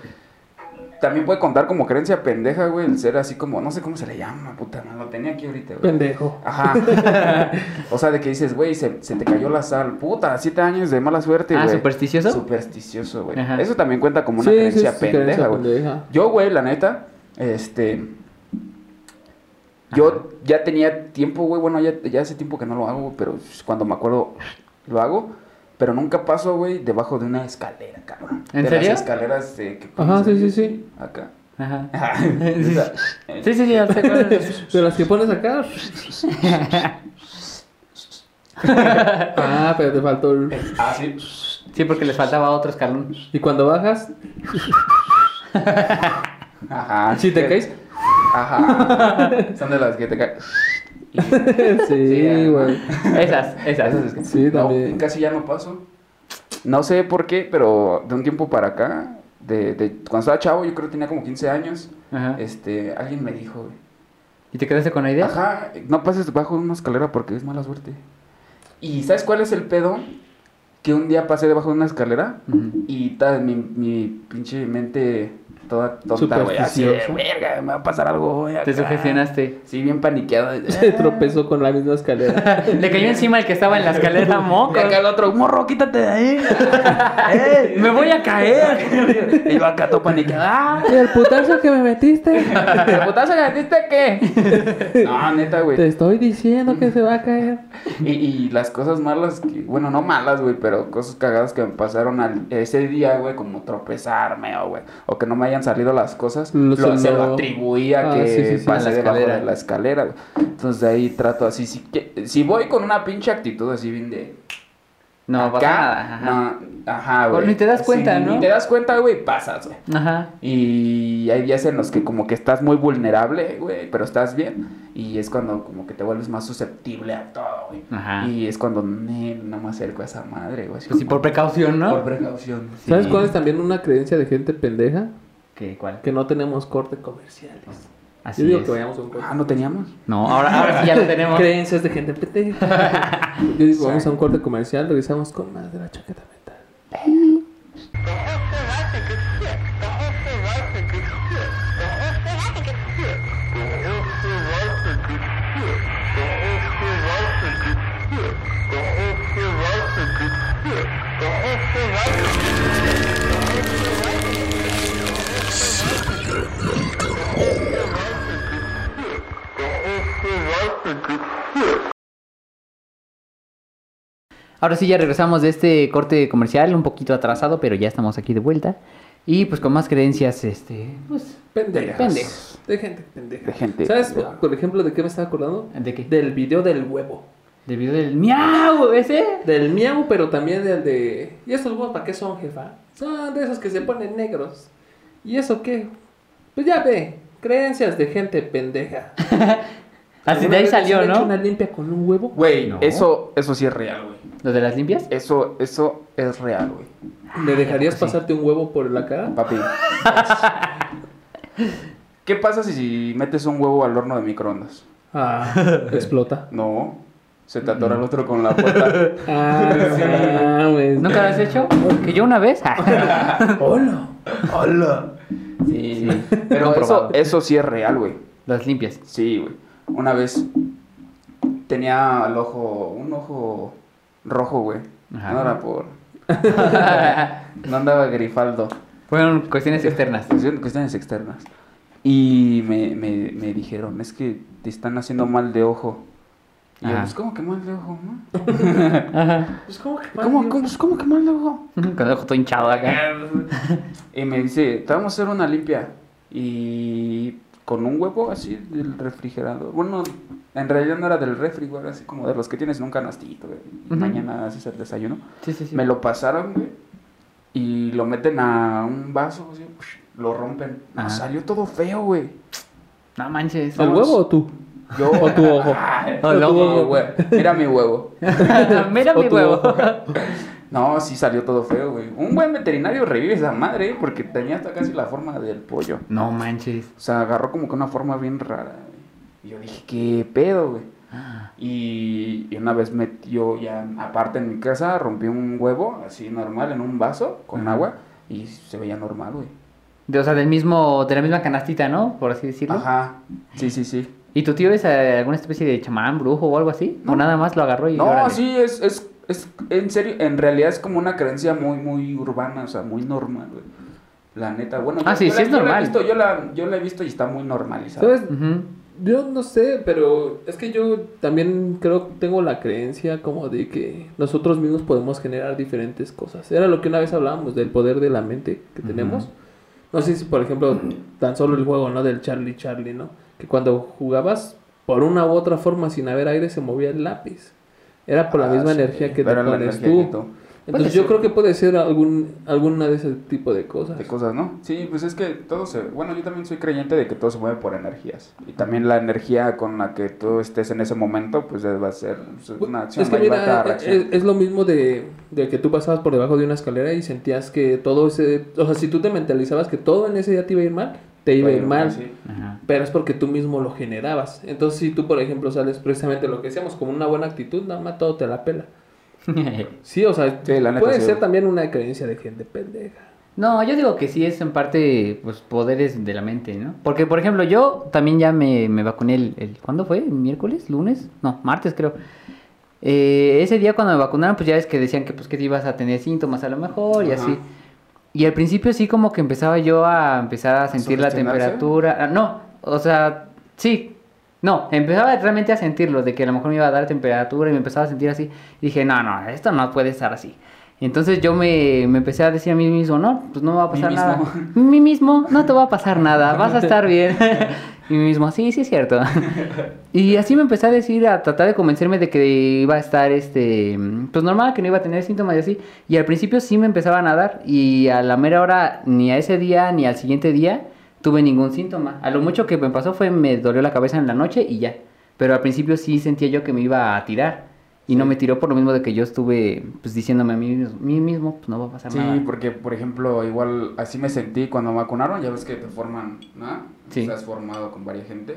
S4: también puede contar como creencia pendeja, güey, el ser así como, no sé cómo se le llama, puta, no lo tenía aquí ahorita, güey.
S3: Pendejo. *laughs*
S4: Ajá. o sea, de que dices, güey, se, se te cayó la sal, puta, siete años de mala suerte,
S2: Ah,
S4: güey.
S2: ¿supersticioso?
S4: Supersticioso, güey.
S2: Ajá.
S4: Eso también cuenta como
S3: Sí,
S4: una
S3: sí,
S4: creencia
S3: sí,
S4: pendeja,
S3: creencia
S4: güey.
S3: pendeja.
S4: Yo, güey, la neta, este. Yo
S2: Ajá.
S4: ya tenía tiempo, güey, bueno, ya, ya hace tiempo que no lo hago, güey, pero cuando me acuerdo lo hago. Pero nunca paso, güey, debajo de una escalera, cabrón.
S2: ¿En
S4: de
S2: serio?
S4: las escaleras eh, que
S3: Ajá,
S4: pones
S3: sí,
S4: ahí,
S3: sí, sí.
S4: Acá. *laughs*
S2: Ajá. Sí,
S4: Esa. eh,
S2: Sí, sí, sí, ya sé cuál es.
S3: *laughs* De las que pones *laughs* acá. ah, pero te faltó el.
S4: Ah, sí.
S2: Sí, porque les faltaba otro escalón.
S3: Y cuando bajas,
S4: Ajá. Eh,
S3: si te caes.
S4: Ajá. Son de las que te caen.
S3: *laughs* Sí,
S4: Sí,
S3: güey.
S2: *laughs* Esas, esas.
S4: Esas es que-
S3: Sí,
S4: no,
S3: también.
S4: casi ya no paso. No sé por qué, pero de un tiempo para acá, de, de- cuando estaba chavo, yo creo que tenía como 15 años,
S2: Ajá.
S4: este, alguien me dijo, güey,
S2: ¿Y te quedaste con la idea?
S4: ajá, no pases bajo una escalera porque es mala suerte. ¿Y sabes cuál es el pedo? Que un día pasé debajo de una escalera
S2: Ujú.
S4: y tal, mi, mi pinche mente toda tonta, güey, así, de,
S3: Supersticiosa.
S4: verga, me va a pasar algo, güey.
S2: Te
S4: acá".
S2: sugestionaste.
S4: Sí, bien paniqueado. de,
S3: Se tropezó con la misma escalera.
S2: Le cayó encima el que estaba en la *laughs* escalera moco.
S4: Y acá el otro, morro, quítate de ahí. ¡Eh!
S2: Me voy a caer.
S4: Y yo acá todo paniqueado. ¡Ah!
S3: Y el putazo que me *laughs* metiste.
S4: ¿El putazo que metiste qué? No, neta,
S3: Te
S4: güey.
S3: estoy diciendo que se va a caer.
S4: Y, y las cosas malas, que, bueno, no malas, güey, pero cosas cagadas que me pasaron al- ese día, güey, como tropezarme o, güey, o que no me hayan salido las cosas,
S3: Lo-
S4: lo,
S3: se
S4: se lo
S3: lo-
S4: atribuía
S3: Ah,
S4: que
S3: sí, sí, sí.
S4: pasé
S2: A la
S4: debajo
S2: escalera.
S4: de la escalera, güey. Entonces de ahí trato así, si, que- si voy con una pinche actitud así bien de...
S2: No, pasa
S4: acá,
S2: nada. Ajá.
S4: No, ajá, güey.
S2: O ni te das cuenta,
S4: Sí,
S2: ¿no?
S4: Ni te das cuenta, güey, pasas, güey.
S2: Ajá.
S4: Y hay días en los que como que estás muy vulnerable, güey, pero estás bien. Y es cuando como que te vuelves más susceptible a todo, güey.
S2: Ajá.
S4: Y es cuando "Ne, no me acerco a esa madre, güey. así
S2: Pues sí,
S4: como
S2: Ah. por precaución, ¿no?
S4: por precaución. sí.
S3: ¿Sabes cuál es también una creencia de gente pendeja?
S2: ¿Qué? ¿Cuál?
S3: Que no tenemos corte comerciales.
S2: Así
S3: Yo digo
S2: es.
S3: que vayamos a un corte.
S4: Ah, ¿no teníamos?
S2: No, ahora, ahora sí ya lo *laughs* tenemos.
S3: Creencias de gente pendeja. *laughs* Yo digo, vamos a un corte comercial, regresamos con más de la chaqueta mental.
S2: Ahora sí ya regresamos de este corte comercial, un poquito atrasado, pero ya estamos aquí de vuelta. Y pues con más creencias, este, pues,
S3: Pendejas.
S2: Pendejos.
S3: De gente pendeja.
S4: De gente
S3: ¿Sabes,
S4: pendeja.
S3: por ejemplo, de qué me estaba acordando?
S2: ¿de qué?
S3: Del video del huevo.
S2: Del video del miau, ese.
S3: Del miau, pero también del de. ¿Y estos huevos para qué son, jefa? Son de esos que se ponen negros. ¿Y eso qué? Pues ya ve, creencias de gente pendeja.
S2: Así
S3: ¿Alguna
S2: Ah, de ahí
S3: vez se
S2: salió,
S3: han hecho una
S2: ¿no?
S3: limpia con un huevo?
S4: Güey,
S2: No.
S4: eso, eso sí es real, güey.
S2: ¿Lo de las limpias?
S4: Eso, eso es real, güey.
S3: ¿Le dejarías
S2: Sí.
S3: pasarte un huevo por la
S4: *laughs*
S3: cara?
S4: Papi. ¿Qué pasa si, si metes un huevo al horno de microondas?
S3: Ah, explota.
S4: No. se te atora el otro con la puerta.
S3: Ah,
S4: Sí.
S3: mames.
S2: ¿Nunca lo has hecho? Que yo una vez. *laughs*
S4: ¡Hola! *laughs* ¡Hola! Sí, pero eso,
S2: Comprobado.
S4: eso sí es real, güey.
S2: Las limpias.
S4: Sí, güey. Una vez tenía el ojo, un ojo rojo, güey.
S2: Ajá.
S4: No
S2: *laughs*
S4: era por... No andaba grifaldo.
S2: Fueron cuestiones externas.
S4: Cuestión- Cuestiones externas. Y me, me, me dijeron, es que te están haciendo mal de ojo. Y yo,
S2: Ajá.
S4: pues, ¿cómo que mal de ojo, no?
S2: Ajá.
S3: Pues, ¿cómo que
S4: ¿Cómo, cómo, pues, cómo que mal de ojo?
S2: Con el ojo todo hinchado acá.
S4: Y me dice, te vamos a hacer una limpia. Y con un huevo así del refrigerador. Bueno, en realidad no era del refri, güey, era así como de los que tienes en un canastito, güey. Y
S2: Ujú.
S4: Mañana haces el desayuno.
S2: Sí, sí, sí.
S4: Me lo pasaron, güey. Y lo meten a un vaso, así, lo rompen. No,
S2: Ajá.
S4: salió todo feo, güey.
S2: No manches.
S3: ¿El huevo o tú?
S4: Yo... Ah,
S3: ¿O tu
S4: *laughs*
S3: ojo?
S4: Ay,
S2: O el
S4: tu
S2: ojo.
S4: ojo, güey. Era mi huevo.
S2: *laughs*
S4: *laughs*
S2: Mira
S3: O
S2: mi
S3: tu
S2: huevo.
S3: ojo.
S4: No, sí salió todo feo, güey. Un buen veterinario revive esa madre, ¿eh? porque tenía hasta casi la forma del pollo.
S2: No manches.
S4: O sea, agarró como que una forma bien rara. güey. Y yo dije, ¿qué pedo, güey? Y, y una vez metió ya, aparte en mi casa, rompió un huevo así normal en un vaso con
S2: Ajá.
S4: agua y se veía normal, güey.
S2: De, o sea, del mismo, de la misma canastita, ¿no? Por así decirlo.
S4: Ajá. Sí, sí, sí.
S2: ¿Y tu tío es eh, alguna especie de chamán, brujo o algo así?
S4: No.
S2: ¿O nada más lo agarró y
S4: No,
S2: órale?
S4: sí, es, es, es, en serio, en realidad es como una creencia muy, muy urbana, o sea, muy normal, güey. La neta, bueno,
S2: Ah, sí, sí
S4: la-
S2: es
S4: la he
S2: normal.
S4: visto, yo, la, yo la he visto y está muy normalizada.
S3: ¿Sabes?
S2: Ujú.
S3: Yo no sé, pero es que yo también creo, tengo la creencia como de que nosotros mismos podemos generar diferentes cosas. Era lo que una vez hablábamos del poder de la mente que tenemos. No sé si, por ejemplo, tan solo el juego, ¿no? Del Charlie Charlie, ¿no? Que cuando jugabas, por una u otra forma, sin haber aire, se movía el lápiz. Era por la
S4: Ah,
S3: misma
S4: sí,
S3: energía que te
S4: pero la
S3: pones
S4: energía
S3: tú.
S4: que tú-
S3: Entonces
S2: Puede
S3: yo
S2: ser.
S3: creo que puede ser algún, alguna de ese tipo de cosas.
S4: de cosas, ¿no? Sí, pues es que todo se... Bueno, yo también soy creyente de que todo se mueve por energías. Y también la energía con la que tú estés en ese momento, pues eh, va a ser pues, una acción,
S3: Es que
S4: va a llevar cada
S3: mira, eh, es,
S4: reacción.
S3: es lo mismo de, de que tú pasabas por debajo de una escalera y sentías que todo ese... O sea, si tú te mentalizabas que todo en ese día te iba a ir mal, te iba a ir
S4: Pero,
S3: mal.
S4: sí.
S2: Ajá. *laughs*
S3: Pero es porque tú mismo lo generabas. Entonces, si tú, por ejemplo, sales precisamente lo que decíamos, con una buena actitud, nada más todo te la pela. Sí, o sea,
S4: Sí, la neta,
S3: puede
S4: sí.
S3: ser también una creencia de gente pendeja.
S2: No, yo digo que sí es en parte pues poderes de la mente, ¿no? Porque, por ejemplo, yo también ya me, me vacuné el, el- ¿Cuándo fue? ¿Miércoles? ¿Lunes? No, martes creo. Eh, ese día cuando me vacunaron, pues ya es que decían que pues que te ibas a tener síntomas a lo mejor y
S4: Ajá.
S2: así. Y al principio sí como que empezaba yo a empezar a sentir la
S4: ¿Sugestionarse?
S2: temperatura. Ah, No, o sea, sí. No, empezaba realmente a sentirlo, de que a lo mejor me iba a dar temperatura y me empezaba a sentir así. Y dije, no, no, esto no puede estar así. Entonces yo me, me empecé a decir a mí mismo, no, pues no me va a
S4: Mí
S2: pasar
S4: mismo.
S2: nada. *laughs* Mí mismo, no te va a pasar nada, vas a estar
S4: *laughs*
S2: bien. *laughs* y mí mismo, sí, sí es cierto. Y así me empecé a decir, a tratar de convencerme de que iba a estar, este, pues normal, que no iba a tener síntomas y así. Y al principio sí me empezaban a dar y a la mera hora, ni a ese día, ni al siguiente día, tuve ningún síntoma. A lo mucho que me pasó fue me dolió la cabeza en la noche y ya. Pero al principio sí sentía yo que me iba a tirar. Y no me tiró por lo mismo de que yo estuve pues diciéndome a mí mismo, mí mismo pues no va a pasar
S4: Sí,
S2: nada.
S4: porque, por ejemplo, igual así me sentí cuando me vacunaron, ya ves que te forman, ¿no?
S2: Sí.
S4: Estás formado con varias gente.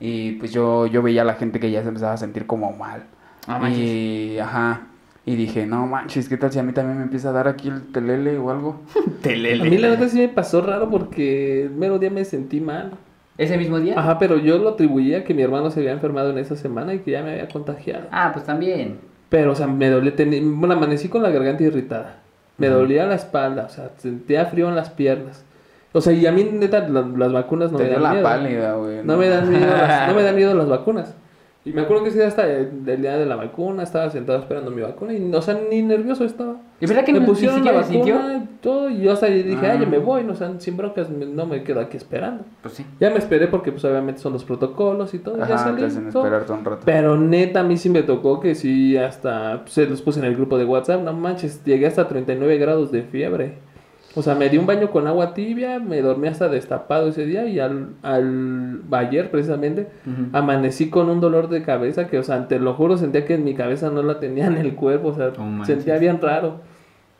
S4: Y pues yo, yo veía a la gente que ya se empezaba a sentir como mal.
S3: Ah,
S2: No manches.
S4: Y, ajá. Y dije, no manches, ¿qué tal si a mí también me empieza a dar aquí el telele o algo?
S3: A mí la neta sí me pasó raro porque el mero día me sentí mal.
S2: ¿Ese mismo día?
S3: Ajá, pero yo lo atribuía a que mi hermano se había enfermado en esa semana y que ya me había contagiado.
S2: Ah, pues también.
S3: Pero, o sea, me dolía, teni- bueno, amanecí con la garganta irritada. Me dolía la espalda, o sea, sentía frío en las piernas. O sea, y a mí, neta, la- las vacunas *laughs* no
S4: te
S3: me
S4: dio
S3: dan
S4: la
S3: miedo.
S4: pálida, güey.
S3: No me dan
S4: *laughs*
S3: miedo las, no me dan miedo las vacunas. Y me acuerdo que sí, hasta el, el día de la vacuna, estaba sentado esperando mi vacuna y, o sea, ni nervioso estaba.
S2: ¿Y verdad que
S3: me
S2: no- y
S3: pusieron
S2: sí
S3: la
S2: ya
S3: vacuna
S2: lo sintió?
S3: y todo, y yo hasta dije,
S4: Ah.
S3: ah, ya me voy, no, o sea, sin broncas, me- no me quedo aquí esperando.
S2: Pues sí.
S3: Ya me esperé porque, pues, obviamente son los protocolos y todo, y ya
S4: Ajá,
S3: salí.
S4: te hacen
S3: todo.
S4: esperarte un rato.
S3: Pero neta, a mí sí me tocó que sí, hasta pues, se los puse en el grupo de WhatsApp. No manches, llegué hasta 39 grados de fiebre. O sea, me di un baño con agua tibia, me dormí hasta destapado ese día y al, al ayer precisamente
S2: Ujú.
S3: amanecí con un dolor de cabeza que, o sea, te lo juro, sentía que en mi cabeza no la tenía en el cuerpo, o sea,
S2: No manches.
S3: sentía bien raro.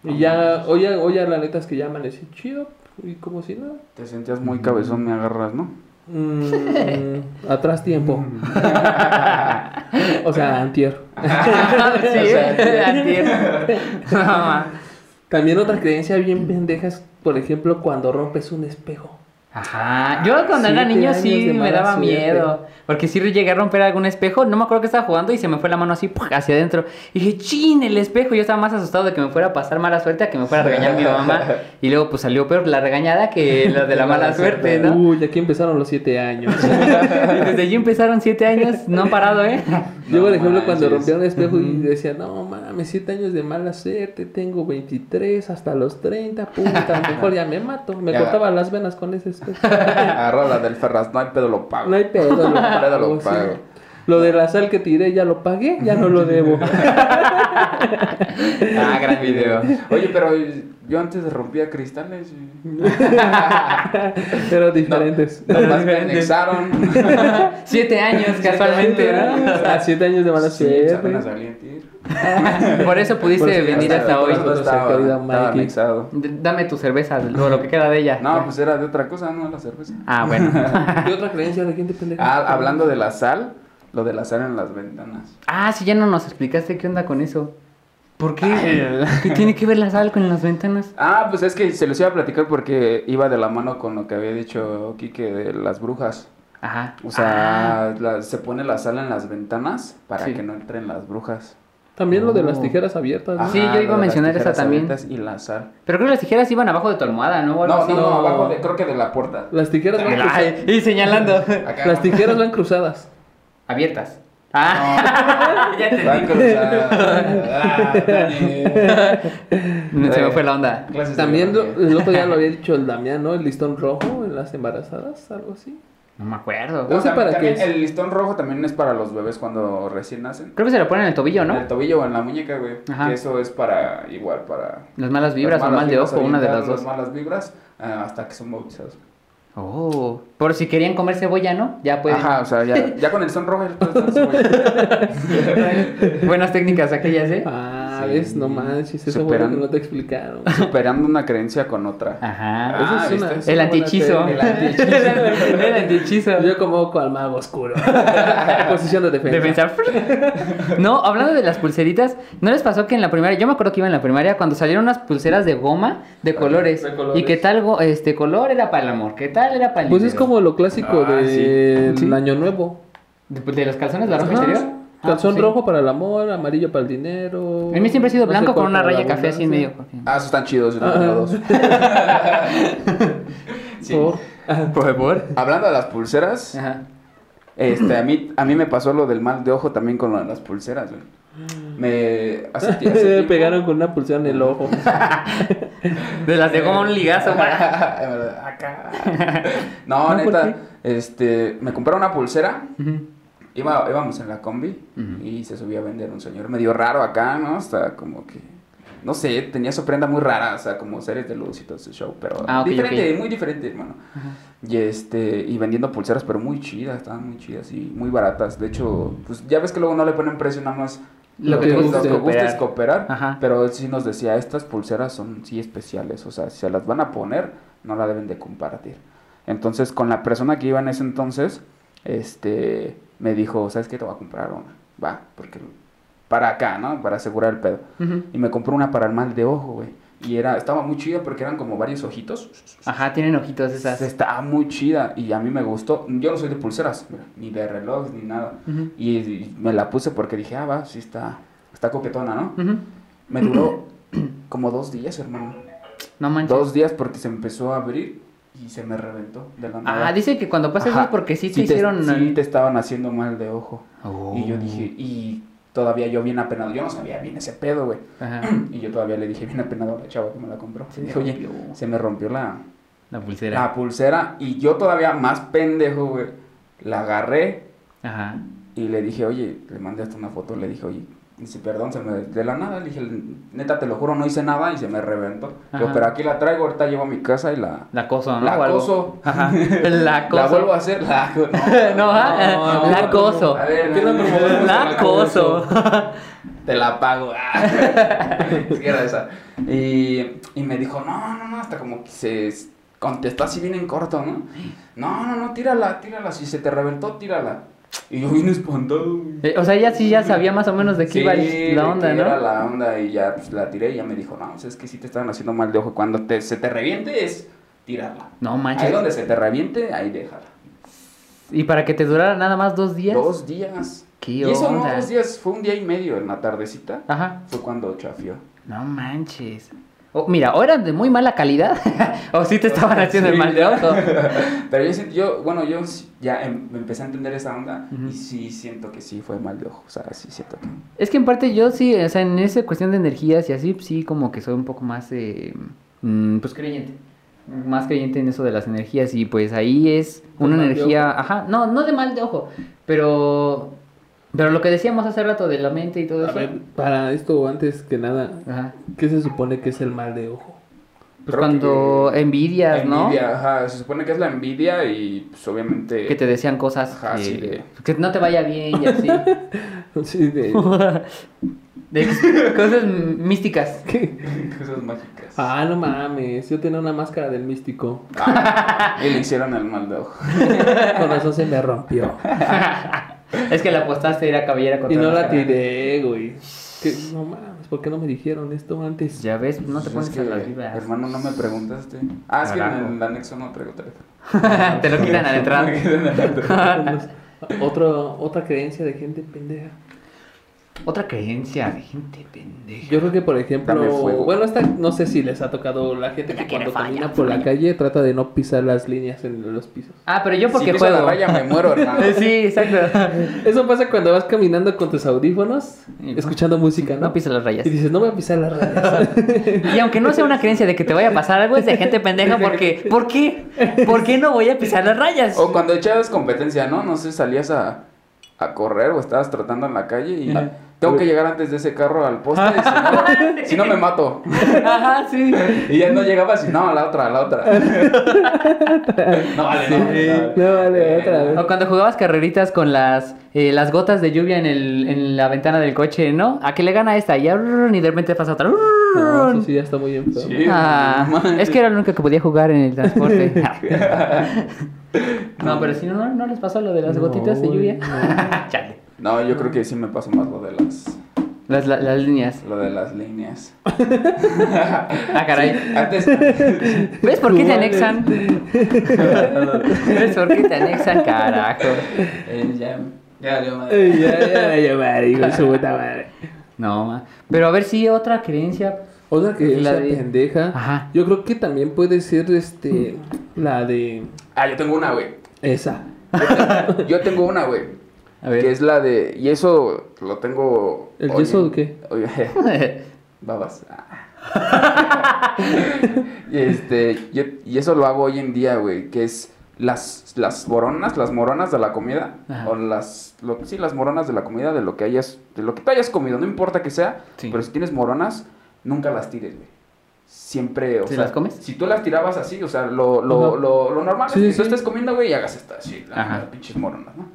S3: Y
S4: No
S3: ya, hoy, ya- hoy ya la neta es que ya amanecí chido y como si no.
S4: Te sentías muy
S3: *laughs*
S4: cabezón, me agarras, ¿no?
S2: *laughs*
S3: Mm, atrás tiempo. O sea, antier.
S2: sí, antier. No, ma.
S3: También otra creencia bien pendeja es, por ejemplo, cuando rompes un espejo.
S2: Ajá, yo cuando era
S3: siete
S2: niño
S3: años
S2: sí
S3: de
S2: me
S3: mala
S2: daba
S3: suerte.
S2: miedo, porque sí llegué a romper algún espejo, no me acuerdo que estaba jugando y se me fue la mano así ¡puf! hacia adentro. Y dije, chin, el espejo, yo estaba más asustado de que me fuera a pasar mala suerte a que me fuera a regañar mi mamá. Y luego pues salió peor la regañada que la de la mala suerte, ¿no?
S3: Uy, aquí empezaron los siete años.
S2: Y *laughs* desde allí empezaron siete años, no han parado, ¿eh?
S3: Yo, por
S4: No
S3: ejemplo, cuando
S4: manches.
S3: rompía un espejo y decía, no mames, 7 años de mala suerte, tengo 23 hasta los 30, puta, a lo mejor ya me mato. Me
S4: Ya.
S3: cortaba las venas con ese espejo.
S4: Agarra la del Ferraz, no hay pedo, lo pago.
S3: No hay pedo, lo pago.
S4: lo
S3: sí.
S4: pago.
S3: Lo de la sal que tiré ya lo pagué, ya no lo debo.
S4: Ah, gran
S3: *laughs*
S4: video. Oye, pero yo antes rompía cristales y...
S3: Pero diferentes. *laughs*
S4: Nomás me anexaron.
S2: Siete años casualmente, ¿no?
S3: A 7 años de mala
S4: *laughs* Sí,
S3: suerte.
S4: apenas salí a ti.
S2: Por eso pudiste
S3: Por eso
S2: venir
S3: ya
S2: hasta
S3: estaba,
S2: hoy.
S3: por eso.
S4: Estaba,
S3: querido
S4: estaba
S3: Mikey.
S4: anexado.
S2: D- Dame tu cerveza, lo, lo que queda de ella.
S4: No, pues era de otra cosa, no la cerveza.
S2: Ah, bueno.
S3: ¿Qué otra creencia de quién depende?
S4: Ah, hablando de la sal, lo de la sal en las ventanas.
S2: Ah, sí, ya no nos explicaste qué onda con eso. ¿Por qué?
S4: Ay.
S2: ¿Qué tiene que ver la sal con las ventanas?
S4: *laughs* Ah, pues es que se los iba a platicar porque iba de la mano con lo que había dicho Quique de las brujas.
S2: Ajá.
S4: O sea,
S2: Ah,
S4: la- se pone la sal en las ventanas para
S2: Sí.
S4: que no entren las brujas.
S3: También lo de las
S2: Oh.
S3: tijeras abiertas. ¿no?
S2: Sí, yo
S4: lo
S2: iba a
S4: de
S2: mencionar
S4: las
S2: esa
S4: tijeras
S2: también.
S4: abiertas Y la sal.
S2: pero creo que las tijeras iban abajo de tu almohada, ¿no? O algo
S4: No,
S2: así.
S4: no, no,
S3: no.
S4: abajo de, creo que de la puerta.
S3: Las tijeras van cruzadas.
S2: Ay, y señalando.
S4: Acá.
S3: Las tijeras van cruzadas.
S2: Abiertas. Ah, *laughs* ya te
S4: Van cruzadas. Ah, Daniel.
S2: *laughs* Se
S4: eh.
S2: me fue la onda.
S4: *laughs* Clases de
S3: También lo-
S4: biología.
S3: el otro día lo había dicho el Damián, ¿no? El listón rojo en las embarazadas, algo así.
S2: No me acuerdo.
S3: No sé
S4: Tam-
S3: para qué
S4: también
S3: es.
S4: El listón rojo también es para los bebés cuando recién nacen.
S2: Creo que se lo ponen en el tobillo,
S4: En el
S2: ¿no?
S4: tobillo o en la muñeca, güey.
S2: Ajá.
S4: Que eso es para, igual, para...
S2: Las malas vibras
S4: las
S2: o
S4: malas
S2: mal de
S4: vibras,
S2: ojo, una de las
S4: orientar
S2: dos.
S4: Las malas vibras ah, hasta que son bautizados.
S2: Oh, por si querían comer cebolla, ¿no? Ya pueden.
S4: Ajá, o sea, ya, ya con el listón rojo... ya puedes estar güey.
S2: *laughs* Buenas técnicas aquellas, ¿eh?
S3: Ah,
S4: Sí.
S3: ves, no manches, eso fue lo que
S4: Superando.
S3: no te explicaron.
S4: *laughs* Superando una creencia con otra.
S2: Ajá.
S4: Ah,
S3: Esa es una-
S4: ¿viste?
S3: es
S2: El
S3: una
S2: antihechizo.
S3: buena
S4: El
S2: *laughs*
S4: antihechizo.
S2: el
S4: *laughs*
S2: antihechizo.
S3: Yo como con el mago oscuro. Posición de defensa.
S2: De pensar. No, hablando de las pulseritas, ¿no les pasó que en la primaria, yo me acuerdo que iba en la primaria cuando salieron unas pulseras de goma de
S4: Ah,
S2: colores,
S3: de colores.
S2: y que tal go- este color era para el amor, qué tal era para el
S3: Pues es
S2: dinero?
S3: como lo clásico
S4: Ah,
S3: del
S4: sí. Sí.
S3: año nuevo.
S2: de, de los calzones la ropa
S3: Ajá.
S2: interior. Ah,
S3: Calzón
S2: sí.
S3: rojo para el amor, amarillo para el dinero.
S2: A mí siempre ha sido
S3: no sé
S2: blanco con
S3: cuál
S2: una
S3: para la
S2: raya café así en medio.
S3: abundancia.
S4: Ah, esos están chidos, yo no tengo
S3: Ah.
S4: dos. Sí. *laughs*
S3: Por-
S2: *laughs* Por favor.
S4: Hablando de las pulseras,
S2: Ajá.
S4: este, a, mí, a mí me pasó lo del mal de ojo también con lo de las pulseras, güey. Me
S3: *laughs*
S4: hace, hace
S3: Me
S4: tiempo-
S3: Mm.
S4: *laughs*
S3: pegaron con una pulsera en el ojo.
S2: De las de goma un ligazo.
S4: *laughs*
S2: pa.
S3: *laughs*
S4: Acá. No,
S3: No, ¿por
S4: neta, este, me compraron una pulsera. Iba, íbamos en la combi y se subía a vender un señor medio raro acá, ¿no? O sea, como que, no sé, tenía su prenda muy rara, o sea, como series de luz y todo ese show, pero
S2: Ah, ok,
S4: diferente,
S2: ok.
S4: muy diferente, hermano. Y este, y vendiendo pulseras, pero muy chidas, estaban muy chidas y muy baratas. De hecho, pues ya ves que luego no le ponen precio nada más.
S2: Lo
S3: que
S4: gusta
S3: guste.
S4: lo que gusta es cooperar,
S2: Ajá.
S4: pero él sí nos decía, estas pulseras son sí especiales, o sea, si se las van a poner, no la deben de compartir. Entonces, con la persona que iba en ese entonces, este, me dijo, ¿sabes qué? Te voy a comprar una, va, porque para acá, ¿no? Para asegurar el pedo.
S2: Ujú.
S4: Y me compró una para el mal de ojo, güey. Y era, estaba muy chida porque eran como varios ojitos.
S2: Ajá, tienen ojitos esas.
S4: Estaba muy chida y a mí me gustó. Yo no soy de pulseras, mira, ni de reloj, ni nada.
S2: Ujú.
S4: Y, y me la puse porque dije, ah, va, sí está, está coquetona, ¿no?
S2: Ujú.
S4: Me duró como dos días, hermano.
S2: No manches.
S4: Dos días porque se empezó a abrir y se me reventó de la nada.
S2: Ah, dice que cuando pasa eso es
S4: Ajá.
S2: porque sí te hicieron.
S4: sí te estaban haciendo mal de ojo.
S2: Oh.
S4: Y yo dije, y todavía yo bien apenado, yo no sabía bien ese pedo, güey.
S2: Ajá.
S4: *clears throat* Y yo todavía le dije bien apenado a la chava que me la compró.
S2: Se
S4: Se
S2: me
S4: dije, oye,
S2: rompió".
S4: se me rompió la,
S2: La pulsera.
S4: la pulsera y yo todavía más pendejo, güey. La agarré
S2: Ajá.
S4: y le dije, oye, le mandé hasta una foto, le dije, oye, dice, perdón, se me de la nada, le dije, neta, te lo juro, no hice nada y se me reventó. Le digo,
S2: Ajá.
S4: pero aquí la traigo, ahorita llevo a mi casa y la...
S2: La coso, ¿no?
S4: La
S2: O algo.
S4: coso. *laughs*
S2: Ajá. La coso.
S4: La vuelvo a hacer, *laughs* la...
S2: *laughs* No, ajá,
S3: No,
S2: eh, la
S3: no,
S2: coso.
S4: A ver,
S3: ¿Qué la
S4: no, no,
S3: promovemos?
S4: no,
S2: La coso.
S4: Te la pago. *laughs* Ah. Sí, era esa. Y, y me dijo, no, no, no, hasta como que se s- contestó así bien en corto, ¿no? No, no, no, tírala, tírala. Si se te reventó, tírala. Y yo vine espantado, güey.
S2: Eh, o sea, ella sí ya sabía más o menos de qué iba
S4: de
S2: la onda,
S4: que Era
S2: ¿no?
S4: la onda y ya pues, la tiré y ya me dijo, no, pues, es que si te estaban haciendo mal de ojo. Cuando te, se te reviente es tirarla.
S2: No
S4: Ahí
S2: manches.
S4: donde se te reviente, ahí déjala.
S2: Y para que te durara nada más dos días.
S4: Dos días.
S2: ¿Qué
S4: y eso
S2: onda?
S4: no, dos días, fue un día y medio en la tardecita.
S2: Ajá.
S4: Fue cuando chafió.
S2: No manches. O- mira, o eran de muy mala calidad *laughs* o sí te
S4: *laughs*
S2: estaban haciendo el
S4: Sí,
S2: mal de
S4: ya.
S2: ojo.
S4: Pero yo, sí- yo, bueno, yo sí- ya em- me empecé a entender esa onda
S2: Ujú.
S4: y sí siento que sí fue mal de ojo. O sea, sí siento que.
S2: Es que en parte yo sí, o sea, en esa cuestión de energías y así, pues sí, como que soy un poco más, eh, mm, pues creyente. Más creyente en eso de las energías y pues ahí es
S3: De
S2: una
S3: mal de
S2: energía, ajá, no, no de mal de ojo, pero, pero lo que decíamos hace rato de la mente y todo
S3: A
S2: eso.
S3: ver, para esto, antes que nada,
S2: Ajá.
S3: ¿qué se supone que es el mal de ojo? *laughs*
S2: Pues
S4: Creo
S2: cuando
S4: que-
S2: envidias, ¿no?
S4: Envidia, ajá. Se supone que es la envidia y pues obviamente.
S2: Que te decían cosas
S4: Ajá,
S2: que,
S4: sí, de-
S2: que no te vaya bien y así.
S3: Sí,
S4: *laughs*
S3: de-
S2: De cosas místicas.
S3: ¿qué?
S4: *laughs* Cosas mágicas.
S3: Ah, no mames, yo tenía una máscara del místico.
S4: Ah, *laughs* y le hicieron el mal de ojo.
S3: Con razón se me
S4: *laughs*
S3: rompió.
S2: Es que la apostaste era cabellera contra
S3: Y no la
S2: máscara.
S3: tiré, güey. Que- No mames, ¿por qué no me dijeron esto antes? *laughs*
S2: Ya ves, no te
S4: Pues
S2: pones
S4: es
S2: a
S4: que,
S2: las vivas.
S4: Hermano, no me preguntaste. Ah, es que
S2: Carajo.
S4: en el anexo no traigo
S2: *laughs*
S4: teléfono.
S2: te lo quitan al
S4: *laughs*
S2: entrar.
S3: Entonces, Otro, otra creencia de gente pendeja.
S2: Otra creencia de gente pendeja.
S3: Yo creo que, por
S4: Dame
S3: ejemplo,
S4: fuego.
S3: bueno, esta no sé si les ha tocado la gente
S2: Ya
S3: que
S2: quiere
S3: cuando
S2: falla,
S3: camina por la
S2: falla.
S3: calle trata de no pisar las líneas en los pisos.
S2: Ah, pero yo porque
S4: Porque si juego.
S2: juego.
S4: la raya me muero,
S2: *laughs*
S4: hermano.
S2: sí, exacto.
S3: Eso pasa cuando vas caminando con tus audífonos,
S2: Y-
S3: escuchando música, ¿no?
S2: No pisa las rayas.
S3: Y dices, no voy a pisar
S2: *laughs*
S3: las rayas.
S2: Y aunque no sea una creencia de que te vaya a pasar algo, es de gente pendeja porque... ¿Por qué? ¿Por qué no voy a pisar las rayas?
S4: O cuando echabas competencia, ¿no? No sé, salías a, a correr o estabas trotando en la calle y
S3: Ajá.
S4: tengo que llegar antes de ese carro al poste. y si,
S2: *laughs*
S4: no, si no, me mato.
S2: Ajá, sí.
S4: Y ya no llegabas y no, a la otra, a la
S2: *laughs*
S4: otra. No vale, no vale. Eh,
S3: No vale, otra vez.
S2: O cuando jugabas carreritas con las eh, las gotas de lluvia en, el, en la ventana del coche, ¿no? A que le gana esta y, ya, y de repente pasa otra.
S3: No, eso sí ya está muy enfermo.
S4: Sí.
S2: Ah,
S4: no manches.
S2: es que era lo único que podía jugar en el transporte.
S4: *laughs*
S2: no, pero si no, no, no les pasó lo de las
S3: No,
S2: gotitas de
S3: güey,
S2: lluvia. *laughs*
S3: no.
S2: Chale.
S4: No, yo creo que sí me pasó más lo de las,
S2: Las, la- las líneas.
S4: lo de las líneas.
S2: Ah, caray.
S4: Antes.
S2: ¿Ves por qué te
S3: Tú
S2: anexan?
S4: este.
S2: *laughs* ¿Ves por qué te anexan, carajo?
S4: Eh, ya, ya valió madre.
S3: *laughs* Ay, ya, ya, ya, madre, hijo de su puta madre.
S2: No, ma. pero a ver si otra creencia.
S3: Otra que
S2: La
S3: la
S2: de-
S3: pendeja.
S2: Ajá.
S3: Yo creo que también puede ser este la de
S4: Ah, yo tengo una, güey.
S3: esa.
S4: Yo tengo una, güey.
S2: A
S4: Que
S2: ver.
S4: es la de. Y eso lo tengo.
S3: ¿El
S4: hoy
S3: yeso
S4: en-
S3: o qué?
S4: hoy- *laughs* babas. *laughs* y, este, yo- y eso lo hago hoy en día, güey. Que es las, las moronas, las moronas de la comida.
S2: Ajá.
S4: O las. Lo, sí, las moronas de la comida, de lo que hayas. De lo que te hayas comido, no importa que sea.
S2: Sí.
S4: Pero si tienes moronas, nunca las tires, güey. Siempre, o
S2: ¿Sí
S4: sea,
S2: las comes?
S4: si tú las tirabas así, o sea, lo, lo,
S3: Ajá.
S4: lo, lo normal
S3: Sí,
S4: es que
S3: sí,
S4: tú
S3: sí.
S4: estés comiendo, güey, y hagas esta, así, la-
S2: Ajá.
S4: las pinches moronas, ¿no?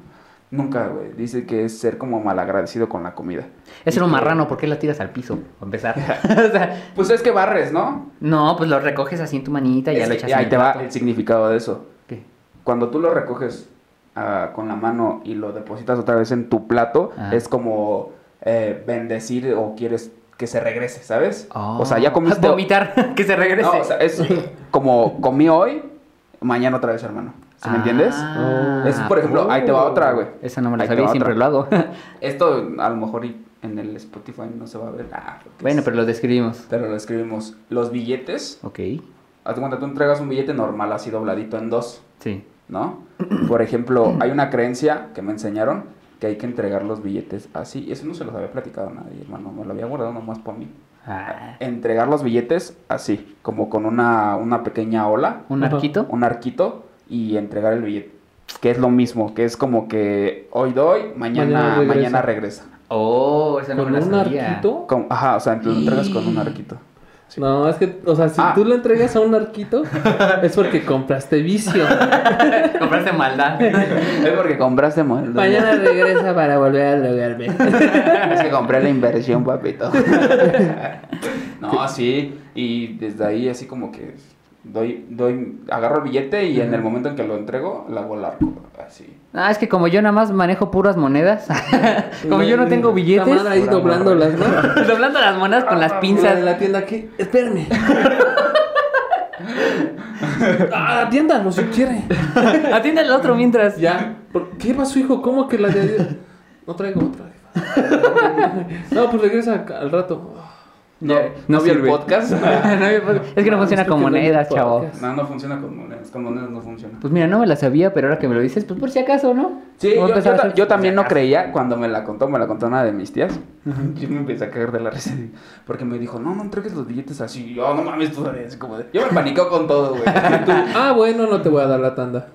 S4: Nunca, güey. Dice que es ser como malagradecido con la comida.
S2: *laughs* Es un marrano, ¿por qué la tiras al piso? Para empezar. *laughs* o sea,
S4: Pues es que barres, ¿no?
S2: no, pues lo recoges así en tu manita y ya
S4: Es
S2: lo
S4: que-
S2: echas
S4: y
S2: en
S4: ahí
S2: el
S4: te va
S2: plato.
S4: el significado de eso.
S2: ¿Qué?
S4: Cuando tú lo recoges ah, con la mano y lo depositas otra vez en tu plato,
S2: Ajá.
S4: es como eh, bendecir o quieres que se regrese, ¿sabes? O sea,
S2: Oh. *laughs*
S4: ya comiste...
S2: Vomitar, que se regrese.
S4: No, o sea, es como comí hoy, mañana otra vez, hermano. ¿Sí me entiendes?
S2: Ah. Uh,
S4: Es, por ejemplo, ahí te va otra, güey.
S2: Esa no me la
S4: Ahí te
S2: sabía y
S4: va
S2: siempre
S4: otra.
S2: lo
S4: *laughs*
S2: hago. *laughs*
S4: Esto a lo mejor y- en el Spotify no se va a ver. ah, porque
S2: bueno,
S4: es-
S2: pero lo describimos.
S4: pero lo escribimos. Los billetes,
S2: Ok,
S4: haz de cuenta, tú entregas un billete normal así dobladito en dos,
S2: sí.
S4: ¿no? Por ejemplo, hay una creencia que me enseñaron que hay que entregar los billetes así. Y eso no se los había platicado a nadie, hermano. Me lo había guardado nomás para mí.
S2: Ah,
S4: Entregar los billetes así, como con una, una pequeña ola.
S2: ¿Un
S3: Ajá.
S2: arquito?
S4: un arquito y entregar el billete. Que es lo mismo, que es como que hoy doy, mañana,
S3: Mañana regresa.
S4: mañana regresa.
S2: Oh, esa no
S3: Con
S2: me la
S3: un
S2: sabía.
S4: *laughs*
S3: arquito.
S4: Como- ajá, o sea, te lo entregas con un arquito.
S3: No, es que, o sea, si
S4: Ah.
S3: tú le entregas a un
S2: *laughs*
S3: arquito, es porque compraste vicio.
S2: Compraste maldad.
S4: Es porque compraste modelo.
S3: Mañana regresa para volver a drogarme.
S4: Es que compré la inversión, *laughs* papito. no, sí. Y desde ahí así como que Doy, doy, agarro el billete y en el momento en que lo entrego, la hago al arco. Así.
S2: *laughs* Ah, es que como yo nada más manejo puras monedas, *laughs* como yo no tengo
S3: Esta
S2: billetes,
S3: madre ahí
S4: Pura
S3: doblando
S4: madre.
S3: las
S2: *laughs*
S3: manos.
S2: doblando las monedas con
S4: Ah,
S2: las
S3: Pinza de
S2: pinzas.
S3: la tienda aquí. Espérame. ah, atiéndalo si quiere.
S2: Atiende al otro mientras.
S3: Ya. ¿Por ¿Qué va su hijo? ¿Cómo que la de ayer? No traigo otra. No, pues regresa al rato.
S4: Eh, No,
S2: no
S4: vi el
S2: sirve.
S4: *laughs* podcast.
S2: No, pues, es
S3: Ah,
S2: que no funciona con monedas, chavo.
S4: no, no funciona con monedas. Con monedas no funciona.
S2: Pues mira, no me la sabía, pero ahora que me lo dices, pues por si acaso, ¿no?
S4: Sí,
S2: Voy a
S4: yo,
S2: empezar
S4: yo
S2: a
S4: ta-
S2: hacer- pues
S4: yo también no creía cuando me la contó, me la contó una de mis tías. Yo me empecé a caer de la risa porque me dijo, no, no entregues los billetes así. Yo, no mames, tú eres como de... Yo me paniqueo con todo, *laughs* güey. Tú-
S3: Ah, bueno, no te voy a dar la tanda.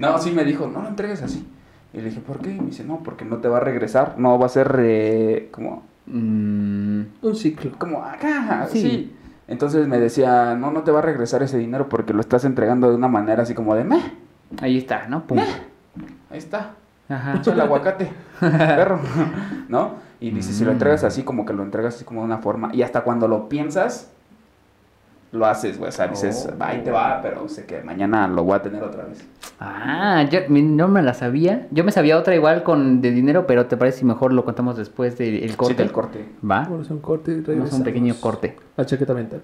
S4: no, sí me dijo, no lo entregues así. Y le dije, ¿por qué? Y me dice, no, porque no te va a regresar, no va a ser eh, como,
S2: Mm,
S3: Un ciclo.
S4: como acá,
S2: Sí.
S4: sí. Entonces me decía, no, no te va a regresar ese dinero porque lo estás entregando de una manera así como de, meh,
S2: ahí está, ¿no? Pum.
S4: ahí está,
S2: Ajá.
S4: echa
S2: *laughs*
S4: el aguacate, perro, *laughs* ¿no? Y dice, si lo entregas
S2: Mm.
S4: así, como que lo entregas así como de una forma, y hasta cuando lo piensas, lo haces, güey, o sea, dices,
S2: Oh.
S4: va y te va, pero sé que mañana lo voy a tener otra vez.
S2: Ah, yo mi- no me la sabía. Yo me sabía otra igual con de dinero, pero te parece si mejor lo contamos después del el corte.
S4: Sí, del corte.
S2: ¿Va?
S3: Vamos a un corte y
S2: Vamos a un pequeño corte.
S3: La chaqueta mental.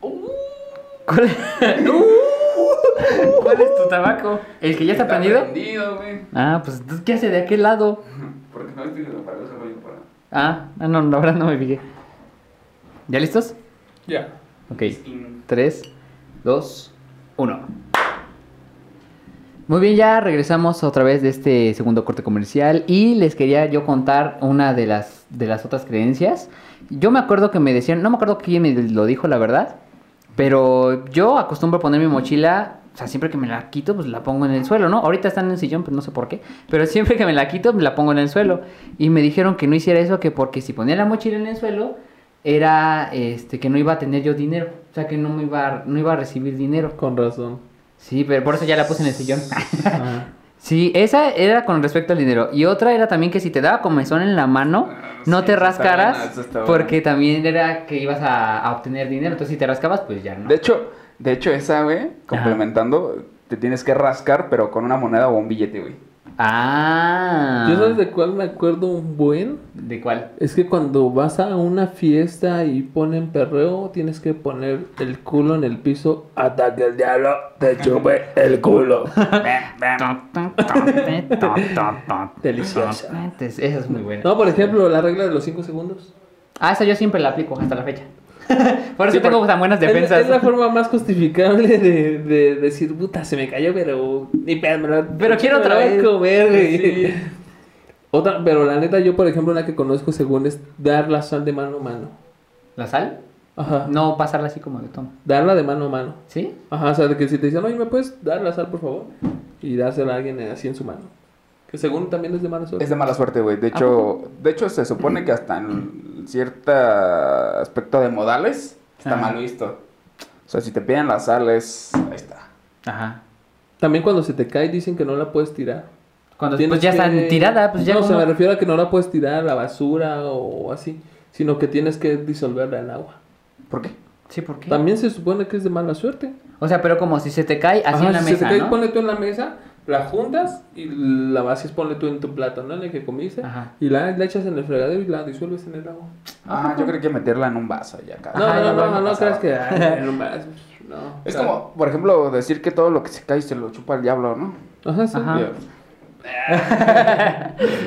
S2: ¿Cuál,
S4: Uh,
S2: ¿Cuál es tu tabaco? ¿El que ya está prendido?
S4: Aprendido, güey.
S2: Ah, pues entonces, ¿qué hace de aquel lado?
S4: Porque no estoy viendo para eso, voy para.
S2: Ah, ah, no, la verdad no me fijé. ¿Ya listos?
S3: Ya.
S2: Ok. 3, 2, 1. Muy bien, ya regresamos otra vez de este segundo corte comercial y les quería yo contar una de las, de las otras creencias. Yo me acuerdo que me decían, no me acuerdo quién me lo dijo, la verdad, pero yo acostumbro a poner mi mochila, o sea, siempre que me la quito, pues la pongo en el suelo, ¿no? Ahorita está en el sillón, pero no sé por qué, pero siempre que me la quito, me la pongo en el suelo. Y me dijeron que no hiciera eso, que porque si ponía la mochila en el suelo, era este que no iba a tener yo dinero, o sea, que no me iba a- no iba a recibir dinero. *laughs*
S3: Con razón.
S2: Sí, pero por eso ya la puse en el sillón.
S3: Ajá.
S2: Sí, esa era con respecto al dinero. Y otra era también que si te daba comezón en la mano,
S4: Ah,
S2: no
S4: sí,
S2: te
S4: eso está
S2: rascaras,
S4: buena, eso está buena.
S2: porque también era que ibas a, a obtener dinero. Entonces, si te rascabas, pues ya no.
S4: De hecho, de hecho esa, güey, complementando, te tienes que rascar, pero con una moneda o un billete, güey.
S2: Ah.
S3: Yo sabes de cuál me acuerdo un buen.
S2: ¿De cuál?
S3: Es que cuando vas a una fiesta y ponen perreo, tienes que poner el culo en el piso hasta que el diablo te chupe el
S4: *laughs*
S3: culo. Deliciosa.
S2: Antes, esa es muy buena.
S3: No, por ejemplo, la regla de los 5 segundos.
S2: Ah, esa yo siempre la aplico hasta la fecha. *laughs* Por eso
S4: Sí,
S2: tengo
S4: porque-
S2: tan buenas
S3: Es-
S2: defensas.
S3: Es, la forma más justificable de, de decir, puta, se me cayó, pero ni pedo, me lo-
S2: Pero quiero
S3: me lo
S2: otra
S3: voy a
S2: vez".
S3: comer, güey. *laughs* Otra, pero la neta, yo, por ejemplo, la que conozco según es dar la sal de mano a mano.
S2: ¿La sal?
S3: Ajá.
S2: No pasarla así como de toma.
S3: Darla de mano a mano.
S2: ¿Sí?
S3: Ajá, o sea, de que si te dicen, oye, ¿me puedes dar la sal, por favor? Y dársela a alguien eh, así en su mano. Que según también es de mano solo.
S4: Es de mala suerte, güey.
S3: Ah,
S4: De hecho, de hecho se supone que hasta en cierto aspecto de modales está
S2: Ajá.
S4: mal visto. O sea, si te piden las sales, ahí está.
S2: Ajá.
S3: También cuando se te cae dicen que no la puedes tirar.
S2: Cuando
S3: Tienes
S2: pues ya
S3: que-
S2: están tirada, pues ya
S3: No, o sea,
S2: como-
S3: me refiero a que no la puedes tirar a la basura o así, sino que tienes que disolverla en agua.
S4: ¿Por qué?
S2: Sí, ¿por qué?
S3: También se supone que es de mala suerte.
S2: O sea, pero como si se te cae así
S3: Ajá,
S2: en la
S3: si se
S2: mesa,
S3: te cae,
S2: ¿no?
S3: ponle tú en la mesa, la juntas y la vacías, ponle tú en tu plato, ¿no? En el que comiste.
S2: Ajá.
S3: Y la, la echas en el fregadero y la disuelves en el agua.
S4: Ah, yo creo que meterla en un vaso y acá. Ah,
S3: No,
S2: Ajá, ya
S3: no,
S2: lo
S3: no, no,
S4: hemos
S3: no creas
S4: pasado.
S3: que... ay, no, más, no.
S4: Es
S3: O sea,
S4: como, por ejemplo, decir que todo lo que se cae se lo chupa el diablo, ¿no?
S3: Ajá, sí.
S2: Ajá.
S4: Dios.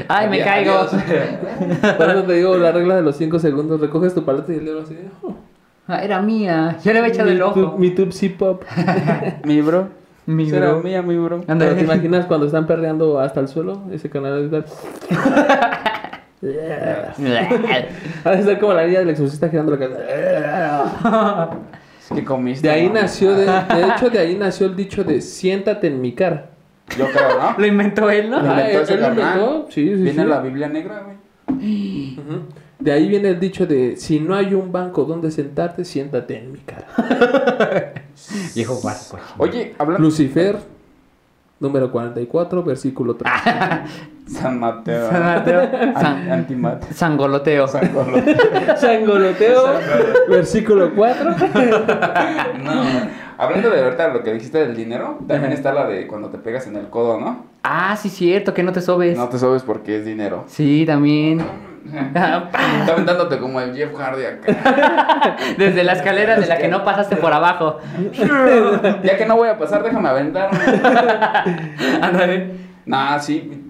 S2: Ay, me
S4: Adiós,
S2: caigo.
S4: *laughs* adiós.
S3: Por eso te digo la regla de los 5 segundos. Recoges tu paleta y el dedo así. oh,
S2: Ah, era mía. Yo le había echado
S3: mi
S2: el
S3: tup-
S2: ojo.
S3: Mi tupsi pop.
S4: Mi bro.
S2: Mi
S4: Será
S2: bro.
S4: mía, mi bro.
S2: Ándale.
S3: Pero, ¿Te imaginas cuando están perreando hasta el suelo? Ese canal de estar... Ha de estar como la niña del exorcista girando la cabeza.
S4: ¿Qué comiste?
S3: De ahí
S4: mamá?
S3: nació, de, de hecho, de ahí nació el dicho de siéntate en mi cara.
S4: Yo
S2: *laughs*
S4: creo, ¿no?
S2: *laughs* Lo inventó él,
S4: Lo
S2: ¿no?
S3: Ajá,
S4: inventó
S3: él-
S4: ese
S3: él lo
S4: carnal.
S3: inventó, sí, sí,
S4: Viene
S3: sí.
S4: la Biblia negra, güey.
S3: Ujú. De ahí viene el dicho de si no hay un banco donde sentarte, siéntate en mi cara.
S2: Viejo vasco.
S4: Oye, hablando
S3: Lucifer, número 44, versículo 3.
S4: San Mateo.
S2: San Mateo.
S4: An-
S2: San-
S4: Antimate.
S2: Sangoloteo.
S4: San Colo-
S3: Sangoloteo,
S2: *laughs*
S3: versículo 4.
S4: *laughs* No. Hablando de ahorita lo que dijiste del dinero, también está la de cuando te pegas en el codo, ¿no?
S2: Ah, sí, cierto, que no te sobes.
S4: No te sobes porque
S2: *laughs*
S4: es dinero.
S2: Sí, también.
S4: Está aventándote como el Jeff Hardy acá.
S2: Desde la escalera de la que no pasaste por abajo.
S4: Ya que no voy a pasar, déjame
S2: *laughs*
S4: aventarme.
S2: Ándale.
S4: Nah, sí.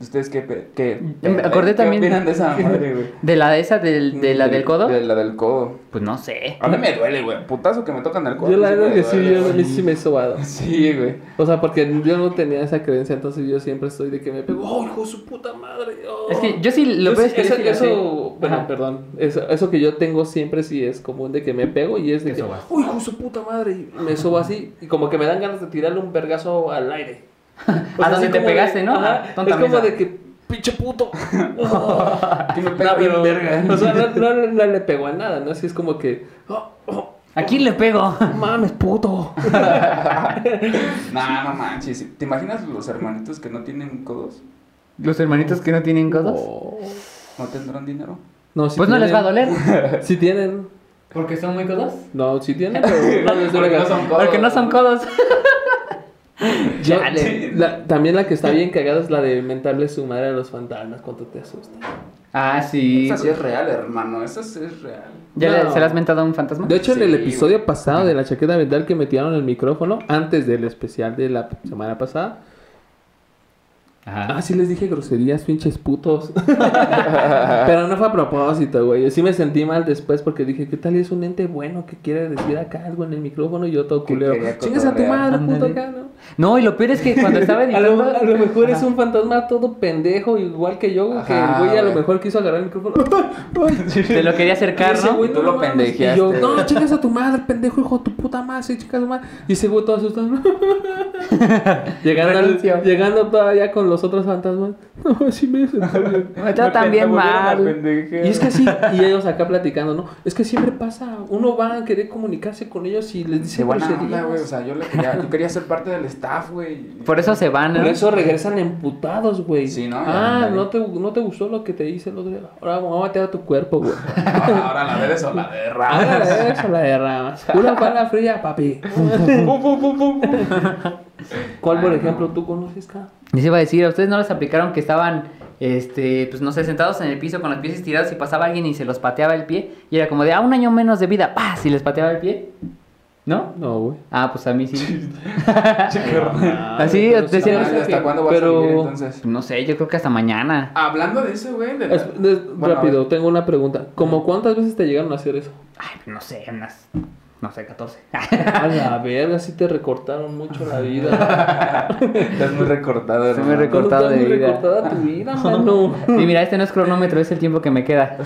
S4: ¿Ustedes qué, pe- qué,
S2: Me acordé
S4: qué
S2: también-
S4: opinan
S2: *laughs*
S4: de esa madre, güey?
S2: ¿De la de esa, del- de la del codo?
S4: De la del codo.
S2: Pues no sé.
S4: A mí me duele, güey. Putazo que me tocan el codo.
S3: Yo la
S4: sí
S3: verdad
S4: me
S3: que sí,
S4: duele,
S3: yo a
S4: güey.
S3: mí sí me he sobado.
S4: *laughs* Sí, güey.
S3: O sea, porque yo no tenía esa creencia, entonces yo siempre estoy de que me pego, ¡oh, hijo de su puta madre! oh".
S2: Es que yo sí lo
S3: Yo
S2: veo es
S3: sí-
S2: que yo
S3: eso,
S2: sí lo
S3: eso-
S2: sé.
S3: bueno,
S2: Ajá.
S3: perdón, eso, eso que yo tengo siempre sí es común de que me pego y es de
S2: Te
S3: que,
S2: sobas.
S3: ¡oh, hijo de su puta madre! Y me sobo así y como que me dan ganas de tirarle un vergazo al aire.
S2: *laughs* A donde
S3: así
S2: te
S3: como
S2: pegaste, ¿no?
S3: ajá,
S2: Ah,
S3: es
S2: tonta
S3: como
S2: mesa.
S3: de que, ¡pinche puto! Oh.
S4: Aquí me pega
S3: No,
S4: bien
S3: pero,
S4: verga.
S3: o sea, no,
S2: *laughs*
S3: no- no- no le pegó a nada, ¿no? Así es como que, ¡oh, oh,
S2: ¿A quién le pego?
S3: no mames, puto!
S4: Nah, *laughs* no manches. ¿Te imaginas los hermanitos que no tienen codos?
S2: ¿Los hermanitos que no tienen codos?
S3: Oh.
S4: ¿No tendrán dinero?
S3: No, sí
S2: Pues no les
S3: tienen-
S2: va a doler.
S3: Si tienen.
S2: ¿Porque son muy codos?
S3: No, si tienen,
S2: *laughs*
S3: pero no les duele.
S4: Porque no son codos.
S2: Porque no son codos.
S3: Yo-
S2: Chale.
S3: la- también la que está bien cagada es la de mentarle su madre a los fantasmas cuando te asustan.
S2: Ah, sí.
S4: Esa sí es real, hermano. Esa sí es real.
S2: ¿Ya le-
S3: No.
S2: se le has mentado a un fantasma?
S3: De hecho, en el
S4: Sí,
S3: episodio
S4: güey.
S3: pasado de la chaqueta mental que metieron el micrófono, antes del especial de la semana pasada,
S2: Ajá.
S3: ah, sí les dije groserías, pinches putos. *laughs* Pero no fue a propósito, güey. Yo sí me sentí mal después porque dije, ¿qué tal es un ente bueno que quiere decir acá algo en el micrófono y yo todo
S4: Que
S3: culero?
S4: quería
S3: Chingas a tu
S4: cotorrear.
S3: madre, puto
S2: Ándale.
S3: acá, ¿no?
S2: No, y lo peor es que cuando
S3: *laughs*
S2: estaba
S3: A lo,
S2: editando.
S3: a lo mejor es un fantasma todo pendejo, igual que yo, que
S4: Ajá,
S3: el güey a lo
S4: güey.
S3: mejor quiso agarrar el
S4: *laughs*
S3: micrófono.
S2: Te lo quería
S3: Y
S2: acercar,
S3: *laughs* ese
S2: ¿no?
S3: güey,
S4: Y tú lo
S3: mames.
S4: pendejeaste.
S3: Y yo, no, chicas a tu madre, pendejo, hijo de tu puta madre, sí, chicas a tu madre. Y ese güey todo asustado.
S4: *laughs*
S3: llegando, al-
S2: Renuncio.
S3: llegando todavía con los otros fantasmas. *laughs* No, sí me
S4: *laughs*
S3: sentí bien.
S2: Me tratan bien mal.
S3: Y es que así, y ellos acá platicando, ¿no? Es que siempre pasa, uno va a querer comunicarse con ellos y les
S4: Sí,
S3: dice
S4: buena
S3: groserías.
S4: onda, güey. O sea, yo, le quería, yo quería ser parte del staff, güey.
S2: Por eso se van.
S3: Por
S2: ¿no?
S3: eso regresan emputados, güey.
S4: Sí, ¿no?
S3: Ah,
S4: Ándale.
S3: no te, no te gustó lo que te hice el otro día. Ahora vamos a matar a tu cuerpo, güey. *laughs*
S4: Ahora, ahora la de eso, la de
S3: Ahora
S4: raras.
S3: Ah, la eso la derramas. Una pala fría, papi.
S4: *laughs* Pum, pum, pum, pum, pum.
S3: ¿Cuál, por
S4: Ah,
S3: ejemplo, tú conoces, cara?
S2: Les iba a decir, ¿a ustedes no les aplicaron que estaban, este, pues no sé, sentados en el piso con los pies estirados y pasaba alguien y se los pateaba el pie? Y era como de, ah, un año menos de vida, ¡pah! Si les pateaba el pie. ¿No?
S3: No, güey.
S2: Ah, pues a mí
S3: *laughs*
S2: sí. Así,
S3: Así,
S2: te decía,
S4: Ah, ¿Hasta cuándo vas a
S3: pero...
S4: vivir entonces?
S2: No sé, yo creo que hasta mañana.
S4: Hablando de eso, güey. de la-
S3: Es- de-
S4: Bueno, a
S3: rápido,
S4: ver.
S3: tengo una pregunta. ¿Cómo cuántas veces te llegaron a hacer eso?
S2: Ay, no sé, unas, no sé, 14.
S3: A la verga, sí te recortaron mucho la vida.
S4: Estás muy recortado,
S2: Estoy muy
S4: hermano.
S2: recor- Recortada
S3: Estás muy
S2: de vida.
S3: recortada tu vida, mano.
S2: *laughs* Y mira, este no es cronómetro, es el tiempo que me
S3: *laughs*
S2: queda.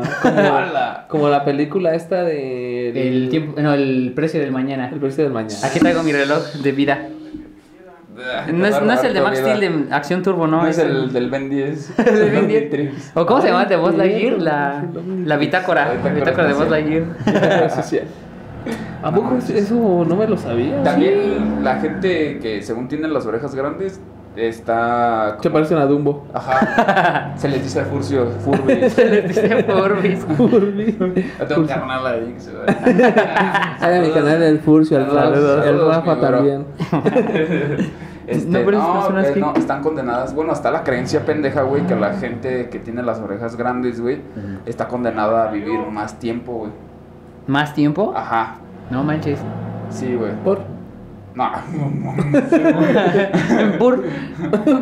S3: Ah,
S4: *laughs* ¡Hala!
S3: Como la película esta de...
S2: El tiempo, no, el precio del
S3: El
S2: mañana.
S3: precio del
S4: Ah,
S3: mañana.
S2: Aquí traigo mi reloj de vida. No es, no es el de Max Steel de Acción Turbo, ¿no?
S4: No, es el del
S2: *laughs*
S4: Ben 10.
S2: del Ben 10.
S4: Matrix.
S2: ¿O cómo se
S3: Ay,
S2: llama? De Buzz
S3: cierto,
S2: Lightyear, la, la bitácora. La
S4: La bitácora
S2: bitácora de Buzz
S4: espacial.
S3: *laughs*
S4: *laughs*
S2: Lightyear. *laughs*
S3: social. ¿A poco eso- eso no me lo sabía?
S4: También la gente que según tienen las orejas grandes está...
S3: Se parecen a Dumbo.
S4: Ajá. Se les dice Furcio,
S3: *laughs*
S4: Furbis.
S2: Les dice Forbis.
S4: Yo tengo un carnal ahí que se va. Ahí
S3: Hay a Ah, mi canal el Furcio, el Rafa,
S4: Ah, Saludos,
S3: el Rafa
S4: mi bro.
S3: también.
S4: Este,
S2: No,
S4: no,
S2: pero esas personas
S4: eh,
S2: que-
S4: no, están condenadas. Bueno, está la creencia pendeja, güey, que la gente que tiene las orejas grandes, güey, está condenada a vivir más tiempo, güey.
S2: ¿Más tiempo?
S4: Ajá.
S2: No manches. *laughs*
S4: Sí, güey.
S3: Por
S4: No, *laughs*
S3: *laughs*
S2: Pur.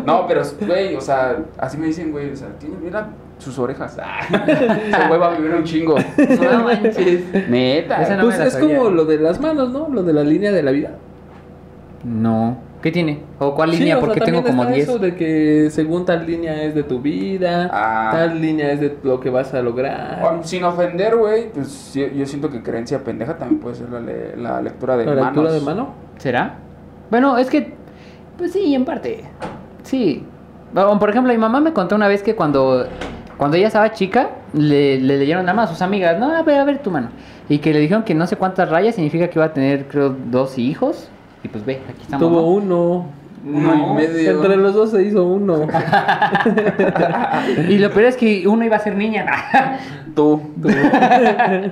S4: no, pero, güey, o sea, así me dicen, güey, o sea, tiene- mira sus orejas. *laughs* Ah, Ese güey va a vivir un
S2: *laughs*
S4: chingo.
S2: No manches.
S4: Neta.
S2: Esa no me
S3: Pues
S2: la
S3: es
S2: sabía.
S3: como lo de las manos, ¿no? Lo de la línea de la vida.
S2: No. ¿Qué tiene? ¿O cuál
S3: Sí,
S2: línea?
S3: o sea,
S2: Porque tengo
S3: también
S2: como
S3: está
S2: 10.
S3: Eso de que según tal línea es de tu vida,
S4: Ah.
S3: tal línea es de lo que vas a lograr.
S4: O, Sin ofender, güey, pues sí, yo, siento que creencia pendeja también puede ser la, le- la lectura de
S3: la
S4: manos.
S3: lectura de mano.
S2: ¿Será? Bueno, es que. Pues sí, en parte. Sí. Bueno, por ejemplo, mi mamá me contó una vez que cuando. Cuando ella estaba chica, le, le leyeron nada más a sus amigas, no, a ver, a ver tu mano. Y que le dijeron que no sé cuántas rayas significa que iba a tener, creo, dos hijos. Y pues ve, aquí estamos.
S3: Tuvo
S2: ¿no?
S3: uno.
S4: Uno y
S3: No,
S4: medio.
S3: Entre los dos se hizo
S4: *laughs*
S3: uno.
S2: Y lo peor es que uno iba a ser niña. *laughs*
S4: Tú.
S3: La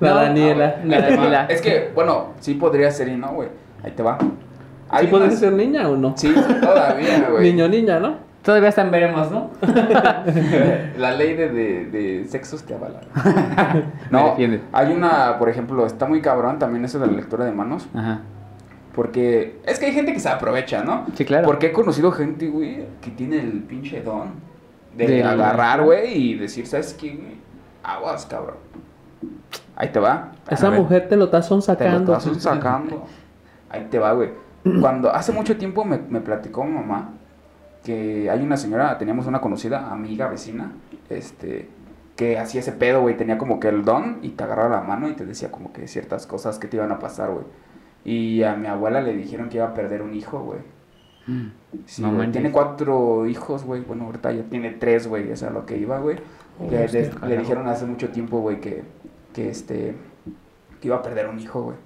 S2: No,
S3: Daniela.
S4: Ahí te va.
S2: Daniela.
S4: Es que, bueno, sí podría ser y no, güey. Ahí te va.
S3: ¿Sí
S4: Hay
S3: podría
S4: unas-
S3: ser niña o no?
S4: Sí,
S3: *laughs*
S4: todavía, güey.
S3: Niño, niña, ¿no?
S2: Todavía están veremos, ¿no?
S4: *laughs* La ley de, de- de sexos
S3: *laughs*
S4: te avala.
S2: Me
S4: no,
S2: defiende.
S4: hay una, por ejemplo, está muy cabrón también eso de la lectura de manos.
S2: Ajá.
S4: Porque es que hay gente que se aprovecha, ¿no?
S2: Sí, claro.
S4: Porque he conocido gente, güey, que tiene el pinche don de
S2: Del-
S4: agarrar, güey, y decir, ¿sabes qué, güey? Aguas, cabrón. Ahí te va.
S3: Esa
S4: A ver,
S3: mujer te lo está
S4: Te lo
S3: sacando.
S4: estás sacando. Ahí te va, güey. Cuando hace mucho tiempo me, me platicó mi mamá que hay una señora, teníamos una conocida amiga, vecina, este, que hacía ese pedo, güey. Tenía como que el don y te agarraba la mano y te decía como que ciertas cosas que te iban a pasar, güey. Y a mi abuela le dijeron que iba a perder un hijo, güey.
S2: Mm,
S4: Sí,
S2: No
S4: güey,
S2: manches.
S4: tiene cuatro hijos, güey. Bueno, ahorita ya tiene tres, güey. Eso es a lo que iba, güey.
S3: Oh,
S4: le,
S3: hostia,
S4: le- le
S2: carajo.
S4: dijeron hace mucho tiempo, güey, que, que este. que iba a perder un hijo, güey.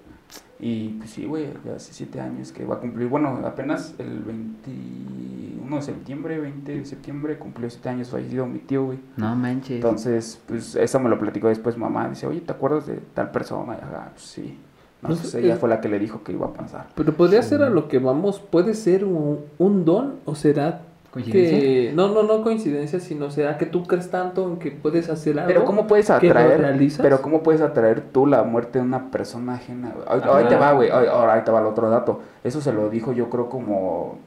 S4: Y pues sí, güey, ya hace siete años que va a cumplir. Bueno, apenas el 21 de septiembre, 20 de septiembre, cumplió siete años fallecido mi tío, güey.
S2: No manches.
S4: Entonces, pues eso me lo platicó después mamá. Dice, oye, ¿te acuerdas de tal persona? Y, "Ah, pues, sí. No,
S3: Pues,
S4: pues ella
S3: eh,
S4: fue la que le dijo que iba a pasar.
S3: Pero podría ser a lo que vamos, puede ser un, un don o será que...
S2: ¿Coincidencia?
S3: No, no, no coincidencia, sino será que tú crees tanto en que puedes hacer algo.
S4: Pero cómo puedes
S3: que lo
S4: atraer,
S3: realizas?
S4: pero cómo puedes atraer tú la muerte de una persona ajena. güey? Ahí,
S3: Ajá.
S4: ahí te va, güey. Ahí- Ahora ahí te va el otro dato. Eso se lo dijo yo creo como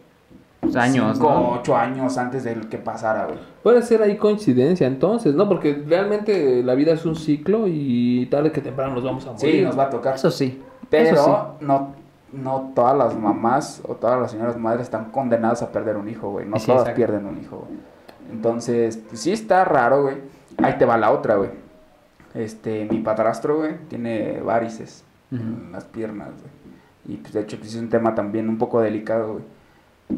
S2: Pues años,
S4: cinco,
S2: ¿no?
S4: ocho años antes de que pasara, güey.
S3: Puede ser ahí coincidencia entonces, ¿no? Porque realmente la vida es un ciclo y tarde que temprano nos vamos a morir.
S4: Sí, nos va a tocar.
S2: Eso sí.
S4: pero
S2: Eso
S4: no, no todas las mamás o todas las señoras madres están condenadas a perder un hijo, güey. No
S2: Sí,
S4: todas
S2: exacto.
S4: pierden un hijo, güey. Entonces, pues, sí está raro, güey. Ahí te va la otra, güey. Este, mi padrastro, güey, tiene varices en
S2: Ujú.
S4: las piernas, güey. Y pues de hecho, pues es un tema también un poco delicado, güey.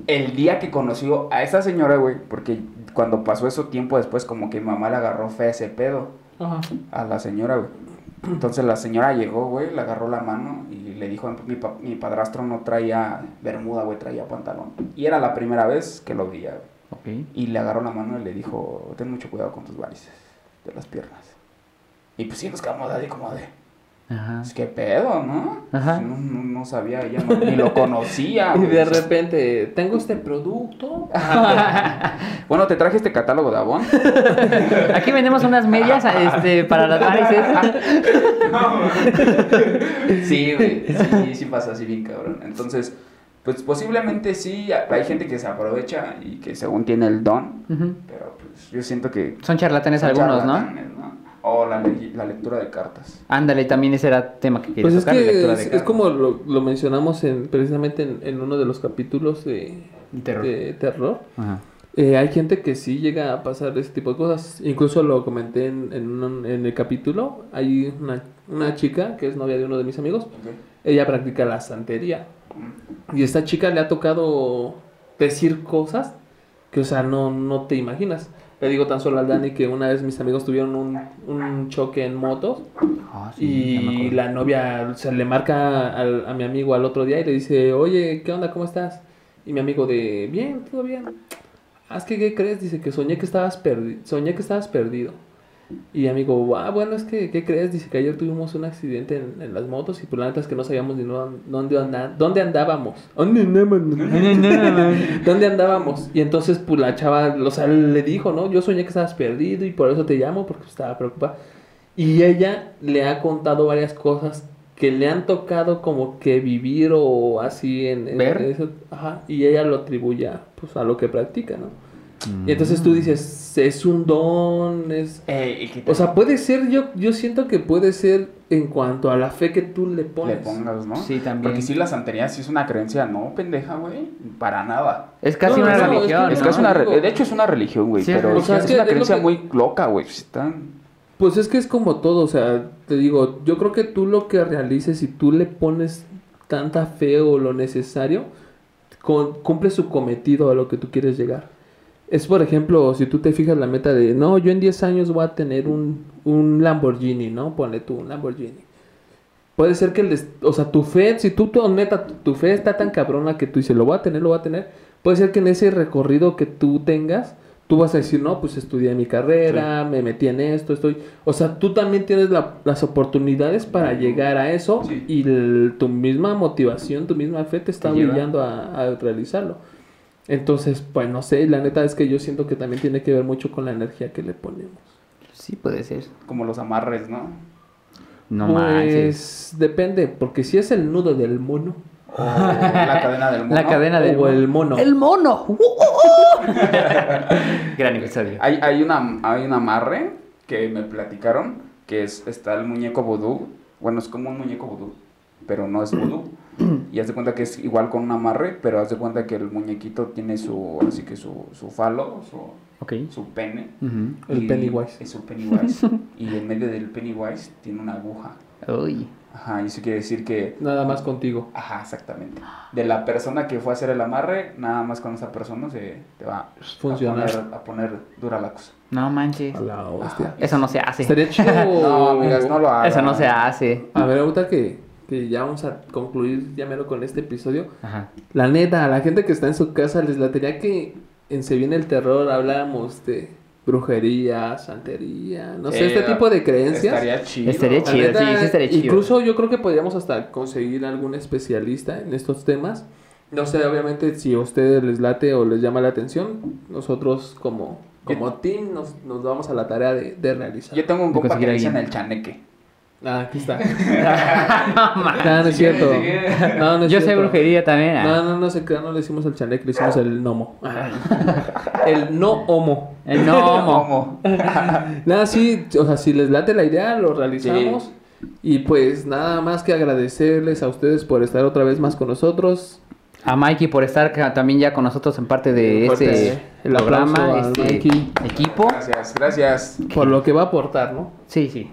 S4: El día que conoció a esa señora, güey, porque cuando pasó eso tiempo después, como que mi mamá le agarró fe a ese pedo
S3: Ajá.
S4: a la señora, güey. Entonces la señora llegó, güey, le agarró la mano y le dijo, mi, pa- mi padrastro no traía bermuda, güey, traía pantalón. Y era la primera vez que lo veía, güey.
S2: sí.
S4: Y le agarró la mano y le dijo, ten mucho cuidado con tus varices de las piernas. Y pues sí, nos quedamos así como de,
S2: Ok. Ajá.
S4: pues qué pedo, ¿no?
S2: Ajá.
S4: Pues, No, no, no sabía, ella no- ni lo conocía,
S3: *laughs* Y
S4: güey.
S3: de repente, tengo este producto.
S4: Ah,
S3: Ah,
S4: Bueno, te traje este catálogo de Avon.
S2: Aquí vendemos unas medias este, para las ¿eh?
S4: *laughs*
S2: varices.
S4: sí, güey. Sí, sí pasa así bien cabrón. Entonces, pues posiblemente sí, hay gente que se aprovecha y que según tiene el don,
S2: Ujú.
S4: pero pues yo siento que...
S2: Son charlatanes algunos, ¿no?
S4: charlatanes, O la, le- la lectura de cartas.
S2: Ándale, también ese era tema que quería
S3: Pues es
S2: tocar,
S3: que
S2: lectura de
S3: es, es
S2: cartas.
S3: como lo, lo mencionamos en, precisamente en, en uno de los capítulos de
S2: Terror.
S3: de terror.
S2: Ajá.
S3: Eh, hay gente que sí llega a pasar ese tipo de cosas. Incluso lo comenté en, en un- en el capítulo. Hay una, una chica que es novia de uno de mis amigos. Ella practica la santería. Y esta chica le ha tocado decir cosas que, o sea, no, no te imaginas. Le digo tan solo al Dani que una vez mis amigos tuvieron un, un choque en motos
S2: Ah, sí, ya me
S3: y
S2: acuerdo.
S3: la novia se le marca al- a mi amigo al otro día y le dice, oye, ¿qué onda? ¿Cómo estás? Y mi amigo de, bien, todo bien. Haz que, ¿qué crees? Dice que soñé que estabas perdido. Soñé que estabas perdido. Y mi amigo, ah, bueno, es que, ¿qué crees? Dice que ayer tuvimos un accidente en, en las motos y por la neta es que no sabíamos ni no- dónde, anda- dónde andábamos. *laughs* ¿Dónde andábamos? ¿Dónde andábamos? Y entonces, pues la chava, o sea, le dijo, ¿no? Yo soñé que estabas perdido y por eso te llamo porque pues, estaba preocupada. Y ella le ha contado varias cosas que le han tocado como que vivir o así en... en-
S2: Ver.
S3: en eso. Ajá, y ella lo atribuye a, pues, a lo que practica, ¿no? Y entonces tú dices, es un don, es...
S2: Eh,
S3: O sea, puede ser, yo, yo siento que puede ser en cuanto a la fe que tú le
S4: le
S3: pones.
S4: pongas, ¿no?
S2: Sí, también.
S4: Porque sí, la santería sí es una creencia, no, pendeja, güey. Para nada.
S2: Es casi
S3: No,
S2: una
S3: no, no,
S2: religión.
S4: Es
S2: ¿no?
S4: que es una re-
S3: digo-
S4: de hecho es una religión, güey,
S2: Sí, es
S4: pero
S2: religión.
S4: sí
S2: O sea,
S4: es,
S2: es
S3: que
S4: una
S3: es lo
S4: creencia
S3: que-
S4: muy loca, güey. Están
S3: Pues es que es como todo, o sea, te digo, yo creo que tú lo que realices, si tú le pones tanta fe o lo necesario, con- cumple su cometido a lo que tú quieres llegar. Es por ejemplo, si tú te fijas la meta de, no, yo en 10 años voy a tener un, un Lamborghini, ¿no? Ponle tú un Lamborghini. Puede ser que, el des- o sea, tu fe, si tú, tu, neta, tu, tu fe está tan cabrona que tú dices, lo voy a tener, lo voy a tener. Puede ser que en ese recorrido que tú tengas, tú vas a decir, no, pues estudié mi carrera, me metí en esto, estoy... O sea, tú también tienes la- las oportunidades para llegar a eso
S4: Sí.
S3: y el- tu misma motivación, tu misma fe te está
S2: Te lleva.
S3: brillando a, a realizarlo. Entonces, pues no sé, la neta es que yo siento que también tiene que ver mucho con la energía que le ponemos.
S2: Sí, puede ser.
S4: como los
S2: *laughs*
S4: amarres, ¿no?
S2: No
S3: pues
S2: manches.
S3: depende, porque si es el nudo del mono
S4: O la cadena del mundo.
S2: La cadena del
S3: o el mono.
S2: ¡El mono! ¡Uh, uh, uh! Gran episodio.
S4: Hay, hay, una, hay un amarre que me platicaron que es, está el muñeco vudú. Bueno, es como un muñeco vudú, pero no es vudú. Y haz de cuenta que es igual con un amarre, pero haz de cuenta que el muñequito tiene su, así que su, su falo, su,
S2: Ok.
S4: su pene.
S2: Ujú.
S3: El
S4: y-
S3: Pennywise.
S4: Es su Pennywise.
S3: *laughs*
S4: y en medio del Pennywise tiene una aguja.
S2: Uy.
S4: Ajá, y eso quiere decir que
S3: Nada más contigo.
S4: Ajá, exactamente. De la persona que fue a hacer el amarre, nada más con esa persona se te va
S3: Funcionar.
S4: A, poner, a poner dura la cosa.
S2: No manches.
S3: A la hostia.
S2: Eso no se hace.
S3: Ah, este, Estaría chido.
S4: *laughs* No, amigas, no lo hagan.
S2: Eso no se hace.
S3: A ver, ahorita que, que ya vamos a concluir ya mero con este episodio.
S2: Ajá. *laughs*
S3: La neta, a la gente que está en su casa les latería que en Se viene el terror habláramos de brujería, santería, no sé,
S4: Eh,
S3: este tipo de creencias.
S4: Estaría chido.
S2: Estaría
S3: La
S2: chido,
S3: neta,
S2: sí, sí estaría chido.
S3: Incluso yo creo que podríamos hasta conseguir algún especialista en estos temas. No sé, obviamente, si a ustedes les late o les llama la atención, nosotros como, como team nos, nos vamos a la tarea de, de realizar.
S4: Yo tengo un
S2: De
S4: compa que
S2: conseguir
S4: le dicen
S2: alguien.
S4: el chaneque.
S3: Ah,
S2: *laughs*
S3: aquí está.
S2: no manches.
S3: No, no es
S4: Si quieres,
S3: cierto.
S4: si quieres.
S3: No, no es
S2: Yo sé
S3: cierto.
S2: brujería también. ah.
S3: No, no, no se crean, no le hicimos el chaneque, le hicimos el
S2: *laughs*
S3: gnomo. El no homo.
S2: El Eh,
S3: *laughs*
S2: no, mo.
S4: *laughs* Como.
S3: Nada, sí, o sea, si les late la idea, lo realizamos. Y pues nada más que agradecerles a ustedes por estar otra vez más con nosotros.
S2: A Mikey por estar ca- también ya con nosotros en parte de
S3: Fuerte,
S2: este
S3: eh. El aplauso
S2: programa,
S3: a
S2: este
S3: Mikey.
S2: equipo.
S4: Gracias, gracias.
S3: Por lo que va a aportar, ¿no?
S2: Sí, sí.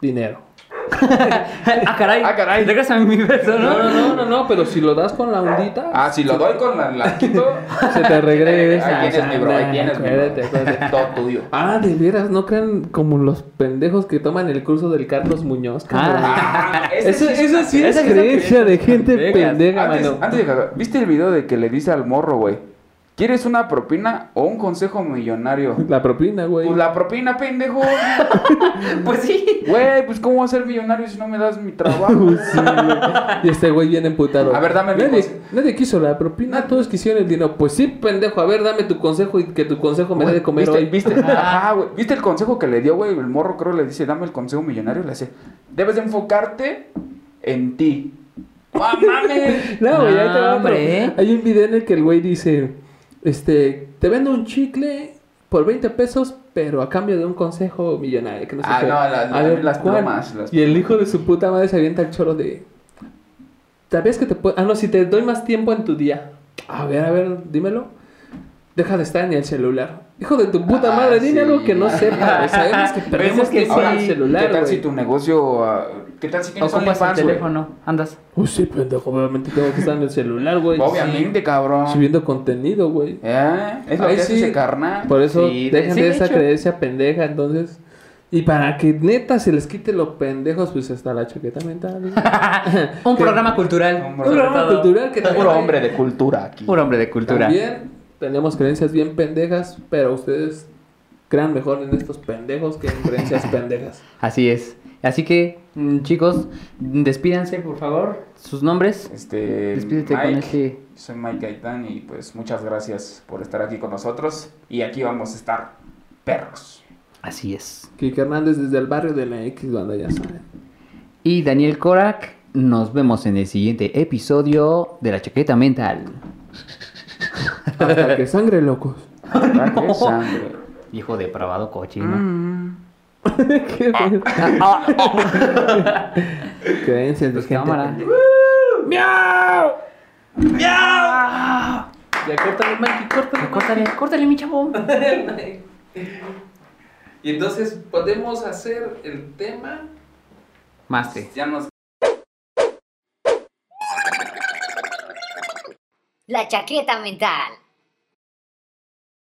S3: Dinero.
S2: *laughs* ah, caray.
S4: Ah, caray.
S2: Regresa mi beso,
S3: No, *laughs*
S2: ¿no?
S3: no, no, no, no, pero si lo das con la ondita,
S4: Ah, si lo doy con la, la *laughs* quito.
S3: se te regresa.
S4: Ahí tienes mi bro, ahí
S3: Ah,
S4: tienes mi
S3: acuérdate, acuérdate.
S4: bro. *laughs* Todo tuyo.
S3: Ah, de veras, no crean como los pendejos que toman el curso del Carlos Muñoz. cabrón.
S4: Ah, ese
S3: Eso,
S4: sí es
S3: eso sí es
S2: esa sí es una
S3: creencia de gente
S2: pendeja.
S3: pendeja,
S4: Antes,
S3: mano.
S4: antes de cagar, ¿viste el video de que le dice al morro, güey? ¿Quieres una propina o un consejo *laughs* millonario?
S3: La propina, güey.
S4: Pues la propina, pendejo.
S2: Pues sí.
S4: Güey, pues ¿cómo voy a ser millonario si no me das mi *laughs* trabajo?
S3: Sí, güey. y este güey viene emputado.
S4: A ver, dame mi
S3: nadie,
S4: consejo.
S3: nadie quiso la propina, todos quisieron el dinero. Pues sí, pendejo, a ver, dame tu consejo y que tu consejo me dé de comer
S4: ¿Viste,
S3: hoy.
S4: ¿viste?
S3: *laughs*
S4: Ajá, güey. ¿Viste el consejo que le dio, güey? El morro creo le dice, dame el consejo millonario. Le dice, debes de enfocarte en ti. ¡Ah,
S3: *laughs*
S4: mames!
S3: No, güey, ahí te va
S2: No,
S3: otro.
S2: hombre.
S3: Hay un video en el que el güey dice, este, te vendo un chicle por 20 pesos, pero a cambio de un consejo millonario. Que no sé
S4: Ah,
S3: qué.
S4: no, la- la-
S3: a ver,
S4: las
S3: ¿cuál?
S4: plumas, las
S3: Y el hijo de su puta madre se avienta el choro de, ¿sabías que te puedo? Ah, no, si te doy más tiempo en tu día. A ver, a ver, dímelo. Deja de estar en el celular. Hijo de tu puta
S4: Ah,
S3: madre, dime
S4: sí. Pues
S3: algo que no sepa.
S4: *laughs*
S3: Sabemos que perdemos
S2: que
S3: tiempo
S2: sí.
S3: en el celular,
S4: ¿Qué tal si
S3: güey.
S4: tu negocio... ah, ¿Qué tal si tienes
S2: Ocupas el
S4: OnlyFans, güey?
S2: teléfono. Andas.
S3: Uy, sí, pendejo, obviamente tengo que estar en el celular, güey.
S4: Obviamente, cabrón.
S3: Sí. Subiendo contenido, güey.
S4: ¿Eh? Es lo
S3: Ahí
S4: que hace
S3: sí.
S4: ese carnal.
S3: Por eso
S2: Sí, de-
S3: dejen
S2: sí,
S3: de
S2: de
S3: esa
S2: hecho.
S3: creencia pendeja, entonces. Y para que neta se les quite los pendejos, pues hasta la
S2: *laughs*
S3: chaqueta mental.
S2: Un
S3: ¿Qué?
S2: programa cultural.
S4: Un
S3: Un
S2: sobre
S3: programa
S2: todo.
S3: cultural
S2: *laughs*
S3: que
S4: Puro hombre de cultura aquí.
S2: Un hombre de cultura.
S3: También tenemos creencias bien pendejas, pero ustedes crean mejor en estos pendejos que en creencias pendejas.
S2: Así es. Así que, mm, chicos, mm, despídanse, por favor. Sus nombres.
S4: Este,
S2: Despídete con
S4: Mike,
S2: este-
S4: Soy Mike Gaitán y pues muchas gracias por estar aquí con nosotros. Y aquí vamos a estar
S3: *laughs*
S4: perros.
S2: Así es.
S3: Kike Hernández desde el barrio de la X banda, ya saben.
S2: Y Daniel Korak, nos vemos en el siguiente episodio de La Chaqueta Mental.
S3: Hasta que sangre locos.
S4: Ataque,
S2: No.
S4: sangre.
S2: Hijo depravado *laughs* Ah,
S4: Mm.
S2: cochino.
S3: Mm. ¿Qué
S2: ah.
S3: Creencias de
S2: Pues
S3: gente.
S2: cámara.
S3: ¡Miau! ¡Miau! Ya córtale, Mikey, córtale.
S2: Córtale, córtale, mi chavo.
S3: Y entonces podemos hacer el tema.
S2: Maste.
S4: Ya nos
S1: La chaqueta mental.